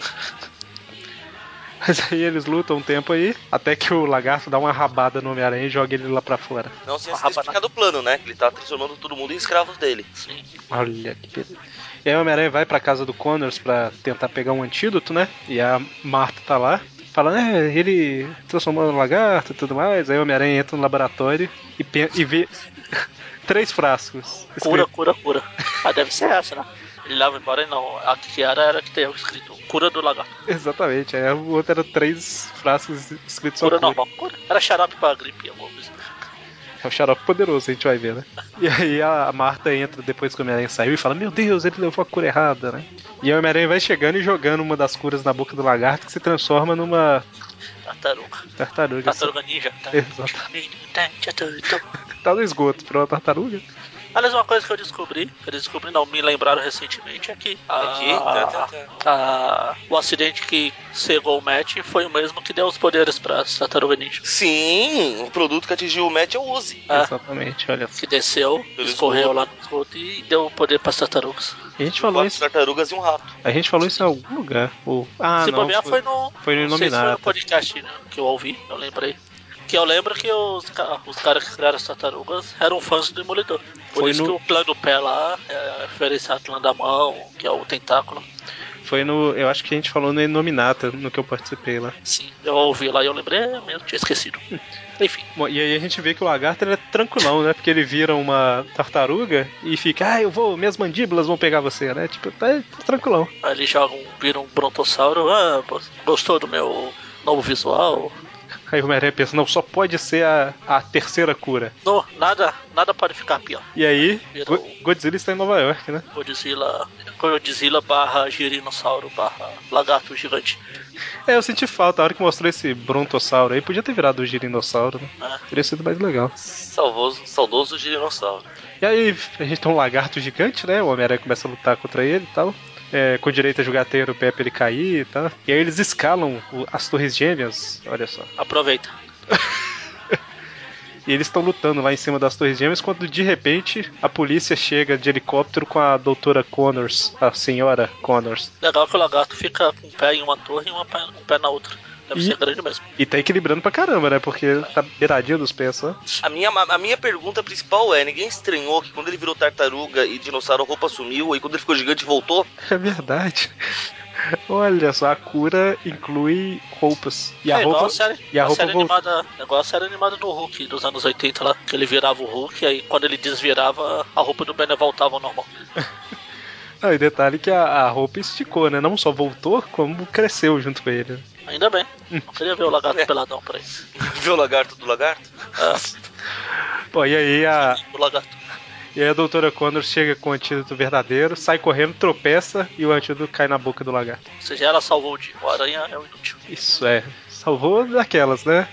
Mas aí eles lutam um tempo aí, até que o lagarto dá uma rabada no Homem-Aranha e joga ele lá pra fora.
Não sei
Uma
se
rabanada.
tem explicado o plano, né? Que ele tá transformando todo mundo em escravos dele.
Sim.
Olha que beleza. E aí o Homem-Aranha vai pra casa do Connors pra tentar pegar um antídoto, né? E a Marta tá lá. Fala, né? Ele transformou no lagarto e tudo mais. Aí o Homem-Aranha entra no laboratório e, pen- e vê três frascos.
Cura, cura, cura. Mas deve ser essa, né? Ele leva embora e não. A que era era que tem escrito cura do lagarto.
Exatamente. Aí o outro era três frascos escritos só
Cura
cura.
normal. Cura. Era xarope pra gripe, alguma coisa.
É um xarope poderoso, a gente vai ver, né? E aí a Marta entra depois que o Homem-Aranha saiu e fala: Meu Deus, ele levou a cura errada, né? E aí o Homem-Aranha vai chegando e jogando uma das curas na boca do lagarto que se transforma numa
Tartaruga.
tartaruga.
Tartaruga ninja. Exato.
Tá no esgoto, pra uma tartaruga.
Aliás, uma coisa que eu descobri, que eu descobri não, me lembraram recentemente, é que
Ah, tá, né?
a, a- o acidente que cegou o Matt foi o mesmo que deu os poderes pra Tartaruga Ninja.
Sim, o produto que atingiu o Matt é o Uzi.
Ah,
Exatamente, olha só.
que desceu, escorreu lá no esgoto e deu o poder pras tartarugas.
A gente falou
Quatro
isso,
tartarugas e um rato.
a gente falou isso em algum lugar. Ou... Ah,
se
não.
bobear, foi, no.
foi no
não sei se foi no
Illuminati.
podcast né, que eu ouvi, eu lembrei. Que eu lembro que os, ca- os caras que criaram as tartarugas eram fãs do Demolidor. Por
Foi
isso
no-
que o clã do pé lá é referência ao clã da mão, que é o tentáculo.
foi no. Eu acho que a gente falou no Inominata, no que eu participei lá.
Sim, eu ouvi lá e eu lembrei, é mesmo, tinha esquecido. Enfim,
Bom, e aí a gente vê que o lagarto ele é tranquilão, né? Porque ele vira uma tartaruga e fica, ah, eu vou, minhas mandíbulas vão pegar você, né? Tipo, tá tranquilão.
aí eles jogam, viram um brontossauro, ah, gos- gostou do meu novo visual?
Aí o Homem-Aranha pensa, não, só pode ser a, a terceira cura.
Não, nada, nada pode ficar pior.
E aí,
Virou.
Go Godzilla está em Nova York, né?
Godzilla, Godzilla barra girinossauro barra lagarto gigante.
É, eu senti falta, a hora que mostrou esse brontossauro aí, podia ter virado o girinossauro, né?
Ah.
Teria sido mais legal.
Salvoso, saudoso dinossauro.
E aí, a gente tem um lagarto gigante, né? O Homem-Aranha começa a lutar contra ele e tal. É, com direito a jogateiro, o pé pra ele cair e tal. E aí eles escalam o- as torres gêmeas, olha só.
Aproveita.
E eles estão lutando lá em cima das torres gêmeas quando de repente a polícia chega de helicóptero com a doutora Connors, a senhora Connors,
Legal que o lagarto fica com um pé em uma torre e uma pé- um pé na outra. Deve
Ih.
ser grande mesmo.
e tá equilibrando pra caramba, né? Porque tá beiradinha dos pés, só.
A minha, a minha pergunta principal é: ninguém estranhou que quando ele virou tartaruga e dinossauro, a roupa sumiu, e quando ele ficou gigante voltou?
É verdade. Olha só, a cura inclui roupas. E a
é igual
roupa.
a série,
e a
a
roupa
série
voltou.
animada, é igual a série animada do Hulk dos anos 80 lá, que ele virava o Hulk, aí quando ele desvirava, a roupa do Banner voltava ao normal.
Não, e detalhe que a, a roupa esticou, né? Não só voltou, como cresceu junto com ele.
Ainda bem.
Hum.
Não queria ver o lagarto
É.
peladão por aí.
Viu o lagarto do lagarto?
Ah,
Bom, e aí a,
o lagarto.
e aí a doutora Connors chega com o antídoto verdadeiro, sai correndo, tropeça e o antídoto cai na boca do lagarto.
Ou seja, ela salvou o dia. O aranha é um inútil.
Isso é. Salvou daquelas, né?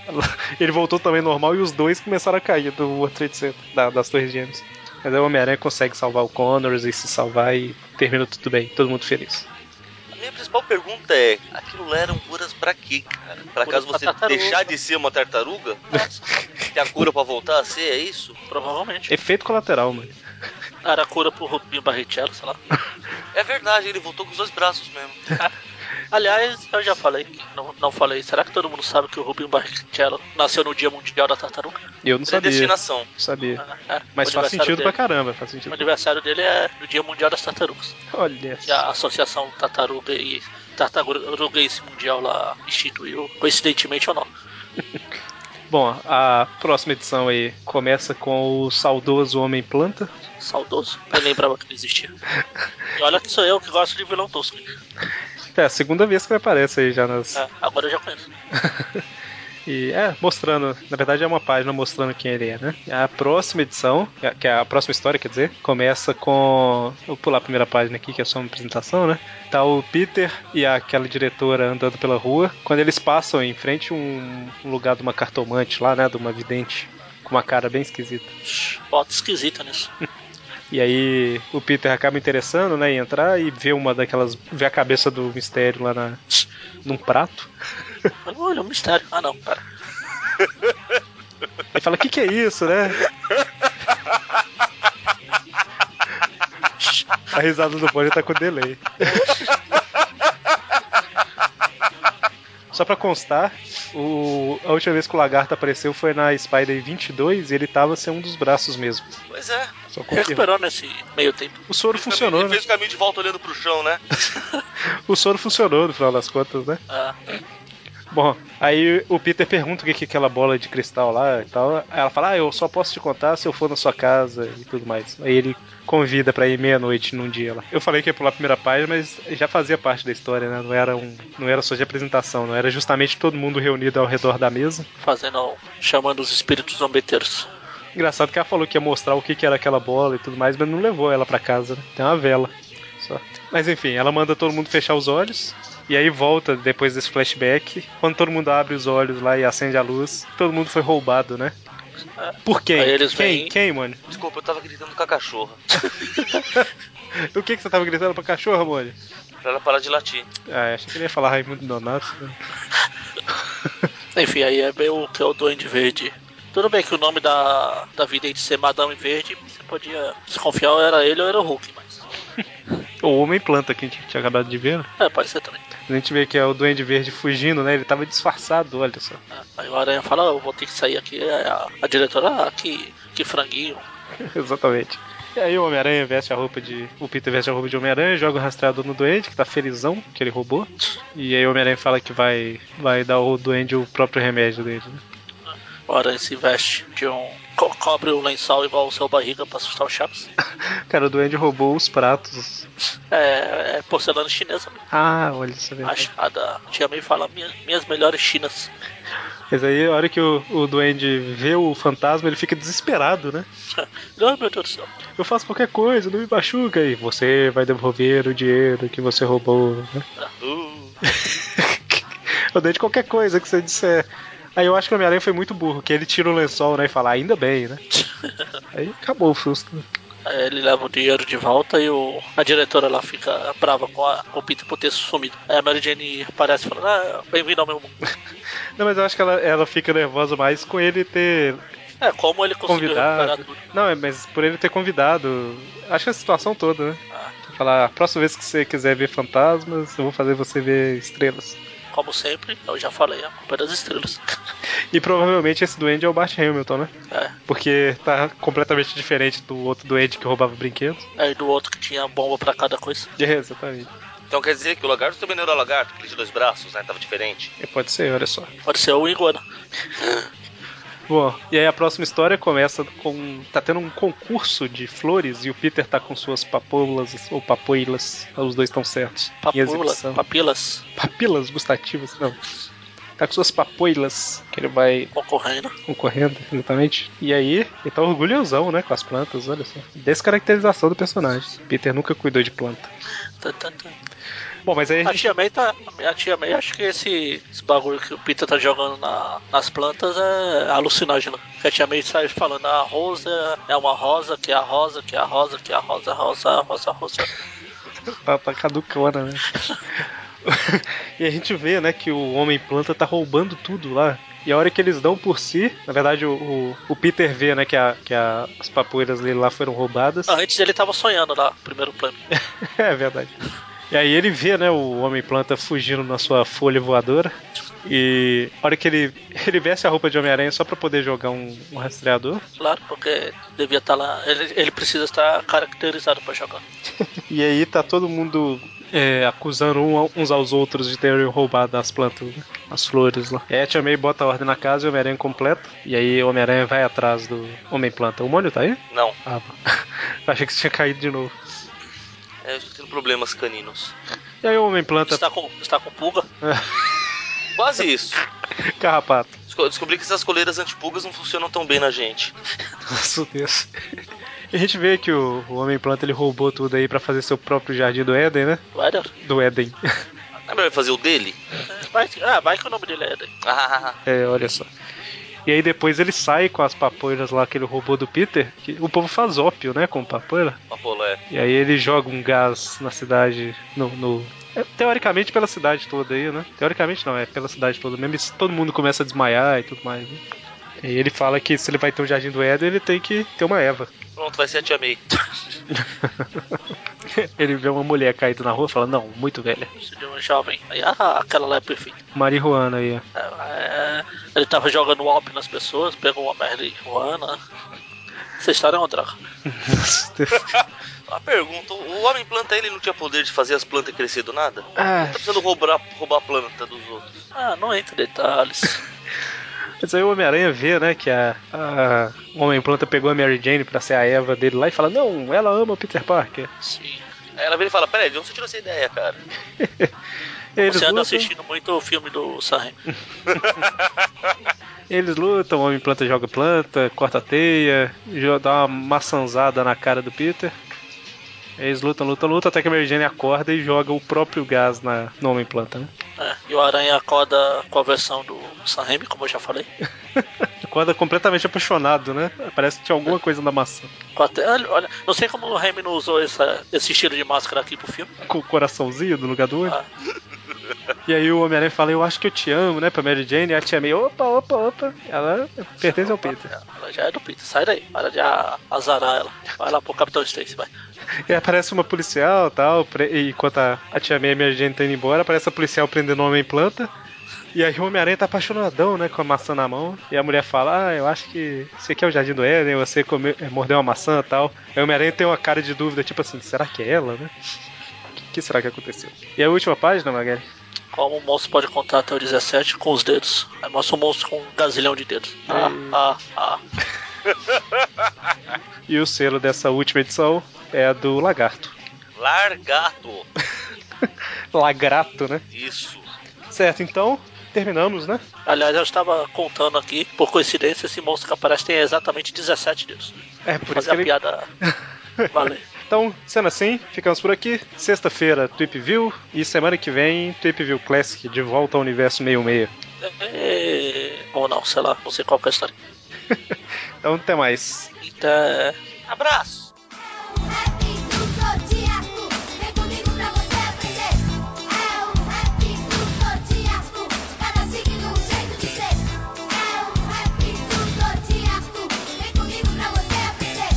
Ele voltou também normal e os dois começaram a cair do World Trade Center, da- das Torres Gêmeas. Mas aí o Homem-Aranha consegue salvar o Connors e se salvar e termina tudo bem, todo mundo feliz.
A minha principal pergunta é: aquilo lá eram curas pra quê, cara? Pra
Cura
caso
pra
você
tartaruga.
deixar de ser uma tartaruga?
Nossa,
Tem a cura pra voltar a ser, é isso?
provavelmente.
Efeito colateral, mano.
Era cura pro Rubinho Barrichello, sei lá.
É verdade, ele voltou com os dois braços mesmo.
Aliás, eu já falei, não, não falei. Será que todo mundo sabe que o Rubinho Barrichello nasceu no Dia Mundial da Tartaruga?
Eu
é
não sabia, não
Predestinação.
sabia.
É,
Mas
o
faz
aniversário
sentido
dele.
pra caramba, faz
O
sentido.
aniversário dele é no Dia Mundial das Tartarugas,
Olha,
que a Associação Tartaruga e Tartaruguense Mundial lá instituiu, coincidentemente ou não.
Bom, a próxima edição aí começa com o saudoso Homem Planta.
Saudoso. Nem lembrava que ele existia. E olha que sou eu que gosto de vilão tosco.
É a segunda vez que ele aparece aí já nas.
É, agora eu já conheço.
E é, mostrando, na verdade é uma página mostrando quem ele é, né? A próxima edição, que é a próxima história, quer dizer, começa com. Vou pular a primeira página aqui, que é só uma apresentação, né? Tá o Peter e aquela diretora andando pela rua. Quando eles passam em frente a um, um lugar de uma cartomante lá, né? De uma vidente. Com uma cara bem esquisita.
Bota esquisita nisso.
E aí o Peter acaba interessando, né? Em entrar e vê uma daquelas. vê a cabeça do mistério lá na, num prato.
Mas, Olha, um mistério. Ah não, pera.
Ele fala, o que, que é isso, né? A risada do Bonnie tá com delay. Só pra constar, o- a última vez que o lagarto apareceu foi na Spider 22 e ele tava sem um dos braços mesmo.
Pois é.
Só confirma.
Recuperou nesse meio tempo.
O soro funcionou,
Ele
né?
fez o caminho de volta olhando pro chão, né?
O soro funcionou no final das contas, né?
Ah,
Bom, aí o Peter pergunta o que que é aquela bola de cristal lá e tal. Aí Ela fala, ah, eu só posso te contar se eu for na sua casa e tudo mais. Aí ele convida pra ir meia-noite num dia lá. Eu falei que ia pular a primeira página, mas já fazia parte da história, né? Não era, um, não era só de apresentação, não era justamente todo mundo reunido ao redor da mesa.
fazendo. chamando os espíritos zombeteiros.
Engraçado que ela falou que ia mostrar o que que era aquela bola e tudo mais, mas não levou ela pra casa, né? Tem uma vela. Só. Mas enfim, ela manda todo mundo fechar os olhos. E aí volta depois desse flashback. Quando todo mundo abre os olhos lá e acende a luz, todo mundo foi roubado, né? Por quem?
Aí eles
quem?
vêm-
Quem, mano?
Desculpa, eu tava gritando com a cachorra.
O que, que você tava gritando pra cachorra, mano?
Pra ela parar de latir.
Ah, achei que ele ia falar Raimundo Donato. né?
Enfim, aí é bem o que é o Duende Verde. Tudo bem que o nome da, da vidente ser Madame Verde, você podia desconfiar ou era ele ou era o Hulk, mas.
O Homem Planta que a gente tinha acabado de ver. né?
É, pode ser também.
A gente vê que é o Duende Verde fugindo, né? Ele tava disfarçado, olha só.
Ah, Aí o Aranha fala, "Ah, eu vou ter que sair aqui. Aí A, a diretora, ah, que, que franguinho.
Exatamente. E aí o Homem-Aranha veste a roupa de. O Peter veste a roupa de Homem-Aranha, joga o rastreador no Duende, que tá felizão, que ele roubou. E aí o Homem-Aranha fala que vai, vai dar ao Duende o próprio remédio dele. né?
O Aranha se veste de um... co- cobre o lençol igual o seu barriga pra assustar o Chaves.
Cara, o Duende roubou os pratos.
É, é porcelana chinesa,
Ah, olha isso mesmo.
acho. A da tia May fala, "Minha- minhas melhores chinas.
Mas aí a hora que o, o Duende vê o fantasma, ele fica desesperado, né?
Ai, meu Deus do céu.
Eu faço qualquer coisa, não me machuca. E você vai devolver o dinheiro que você roubou, né?
Uh,
Eu dei de qualquer coisa que você disser. Aí eu acho que o Homem-Aranha foi muito burro, que ele tira o lençol, né? E fala, ainda bem, né? Aí acabou o susto. né?
Aí ele leva o dinheiro de volta e o, a diretora lá fica brava com, a, com o Peter por ter sumido. Aí a Mary Jane aparece falando, ah, bem-vindo ao meu mundo.
Não, mas eu acho que ela, ela fica nervosa mais com ele ter
É, como ele conseguiu
convidado.
recuperar tudo.
Não, é, mas por ele ter convidado. Acho que a situação toda, né?
Ah.
Falar, a próxima vez que você quiser ver fantasmas, eu vou fazer você ver estrelas.
Como sempre, eu já falei, a culpa é das estrelas.
E provavelmente esse duende é o Bart Hamilton, né?
É.
Porque tá completamente diferente do outro duende que roubava brinquedos.
Aí É, do outro que tinha bomba pra cada coisa.
É, exatamente.
então quer dizer que o lagarto também não era o lagarto, aquele de dois braços, né? Tava diferente.
É, Pode ser, olha só.
Pode ser o né? Iguana.
Bom, e aí a próxima história começa com. Tá tendo um concurso de flores e o Peter tá com suas papoulas ou papoilas. Os dois estão certos. em
Papula,
exibição.
papilas
papilas gustativas, não. Tá com suas papoilas, que ele vai
concorrendo.
concorrendo, exatamente. E aí, ele tá orgulhosão, né, com as plantas, olha só. Descaracterização do personagem. Peter nunca cuidou de planta.
Tá, tá, tá.
Bom, mas aí a
A
gente...
tia May tá. A tia May, acho que esse, esse bagulho que o Peter tá jogando na- nas plantas é alucinógeno. Que a tia May sai falando, a rosa é uma rosa, que é a rosa, que é a rosa, que é a rosa, rosa, rosa, rosa.
tá, tá caducona, né? e a gente vê, né, que o homem planta tá roubando tudo lá. E a hora que eles dão por si, na verdade o, o, o Peter vê, né, que, a, que a- as papoeiras dele lá foram roubadas.
Antes ele tava sonhando lá, primeiro plano.
é verdade. E aí ele vê, né, o homem planta fugindo na sua folha voadora. E a hora que ele, ele veste a roupa de Homem-Aranha só pra poder jogar um, um rastreador.
Claro, porque devia
Tá.
tá estar lá. Ele, ele precisa estar caracterizado pra jogar.
E aí tá todo mundo é, acusando um ao- uns aos outros de terem roubado as plantas, né? as flores lá. E aí a Tia May bota a ordem na casa e o Homem-Aranha completa. E aí o Homem-Aranha vai atrás do Homem-Planta. O Mônio tá aí?
Não,
Ah, tá. achei que você tinha caído de novo.
é, eu tô tendo problemas caninos.
E aí o Homem-Planta.
Está com, está com pulga?
Quase isso.
Carrapato.
Desco- Descobri que essas coleiras antipulgas não funcionam tão bem na gente.
Nossa, Deus. E a gente vê que o, o Homem-Planta ele roubou tudo aí pra fazer seu próprio jardim do Éden, né?
Éder?
Do Éden.
Não é melhor fazer o dele?
Vai, ah, vai que o nome dele é Éder.
Ah,
É, olha só. E aí depois ele sai com as papoiras lá que ele roubou do Peter. Que o povo faz ópio, né? Com papoira.
Apolo, é.
E aí ele joga um gás na cidade, no... no- é, Teoricamente pela cidade toda aí, né? Teoricamente não, é pela cidade toda mesmo. e se todo mundo começa a desmaiar e tudo mais, né? E aí ele fala que se ele vai ter o Jardim do Éden, ele tem que ter uma Eva.
Pronto, vai ser a Tia May.
ele vê uma mulher caída na rua e fala, não, muito velha.
Se deu um jovem. Aí, ah, aquela lá é perfeita.
Marihuana aí, ó.
É, ele tava jogando Alp nas pessoas, pegou uma merda e Juana. Essa história é uma droga.
Uma pergunta: o homem planta ele não tinha poder de fazer as plantas crescer do nada? Não
ah,
tá precisando roubar, roubar a planta dos outros.
Ah, não entra em detalhes.
Mas aí o Homem-Aranha vê, né, que a, a- o Homem-Planta pegou a Mary Jane pra ser a Eva dele lá e fala, não, ela ama o Peter Parker.
Sim.
Aí ela vem e fala: Peraí, de onde você tirou essa ideia, cara?
E eles,
Você tá anda
lutam,
assistindo muito o filme do Sam.
eles lutam, o Homem-Planta joga planta, corta a teia, jo- dá uma maçãzada na cara do Peter. Eles lutam, lutam, lutam, até que a Mary Jane acorda e joga o próprio gás na, no Homem-Planta, né?
É, e o Aranha acorda com a versão do Sam Raimi, como eu já falei.
Acorda completamente apaixonado, né? Parece que tinha alguma coisa na maçã.
Com até- olha, olha, não sei como o Raimi não usou essa- esse estilo de máscara aqui pro filme.
Com o coraçãozinho no lugar do olho.
Ah.
E aí o Homem-Aranha fala, eu acho que eu te amo, né, pra Mary Jane. E a tia meio, opa, opa, opa. Ela pertence ao Peter.
Ela já é do Peter, sai daí, para de a- azarar ela. Vai lá pro Capitão Stacy, vai.
E aparece uma policial tal, pre- e enquanto a, a tia May e a Mary Jane tá indo embora, aparece a policial prendendo o homem em planta. E aí o Homem-Aranha tá apaixonadão, né, com a maçã na mão. E a mulher fala, ah, eu acho que isso aqui é o Jardim do Éden, você comeu, eh, mordeu uma maçã e tal. Aí o Homem-Aranha tem uma cara de dúvida, tipo assim, será que é ela, né? O que, que será que aconteceu? E a última página, Magali?
Como o monstro pode contar até o 17 com os dedos. Aí mostra um monstro com um gazilhão de dedos. Ah, ah, ah.
E o selo dessa última edição é a do lagarto.
Largato.
Lagrato, né?
Isso.
Certo, então, terminamos, né?
Aliás, eu estava contando aqui, por coincidência, esse monstro que aparece tem exatamente 17 dedos.
É, por isso
Fazer
que
a
ele
piada. Valeu.
Então, sendo assim, ficamos por aqui. Sexta-feira, Tweep View. E semana que vem, Tweep View Classic de volta ao universo 66.
É, Ou não, sei lá, não sei qual que é a história.
Então, até mais.
Então,
Abraço.
Rap É um do Zodíaco, vem comigo pra você aprender. É o rap do Zodíaco, cada signo um jeito de ser. É o rap do Zodíaco, vem comigo pra você aprender.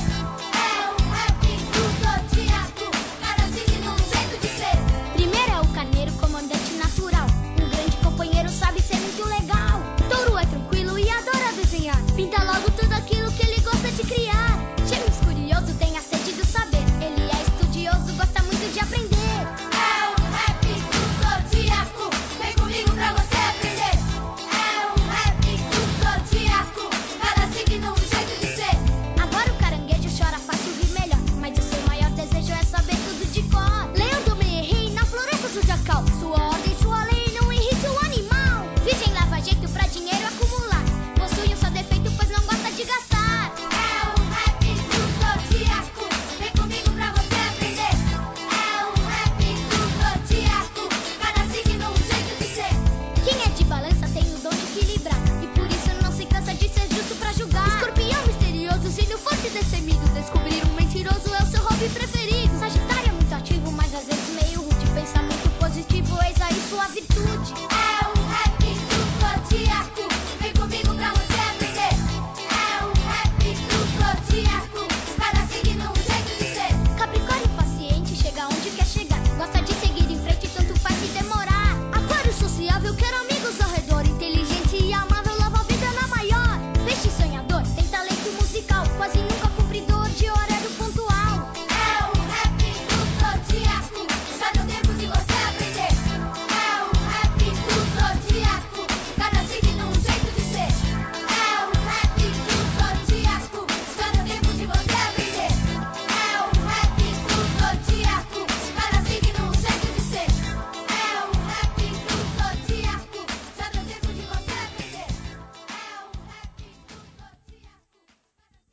É o rap do Zodíaco, cada signo um jeito de ser. Primeiro é o carneiro, comandante natural. Um grande companheiro sabe ser muito legal. Touro é tranquilo e adora desenhar. Pinta logo tudo aquilo que ele gosta de criar. Gêmeos curioso tem a sede do saber. Ele é estudioso, gosta muito de aprender. É o rap do Zodíaco, vem comigo pra você aprender. É o rap do Zodíaco, cada signo um jeito de ser. Agora o caranguejo chora fácil rir melhor, mas o seu maior desejo é saber tudo de cor. Leandro me errei na floresta do jacal. Sua ordem, sua lei, não irrite o animal. Virgem lava jeito pra dinheiro acumular. Possui um só defeito, pois não gosta de gastar. É o rap do Zodíaco, vem comigo pra você aprender. É o rap do Zodíaco, cada signo um jeito de ser. Quem é de balança tem o dom de equilibrar E por isso não se cansa de ser justo pra julgar Escorpião misterioso, sendo forte e destemido Descobrir um mentiroso é o seu hobby preferido É um É um É É Tá um É É Tá um É É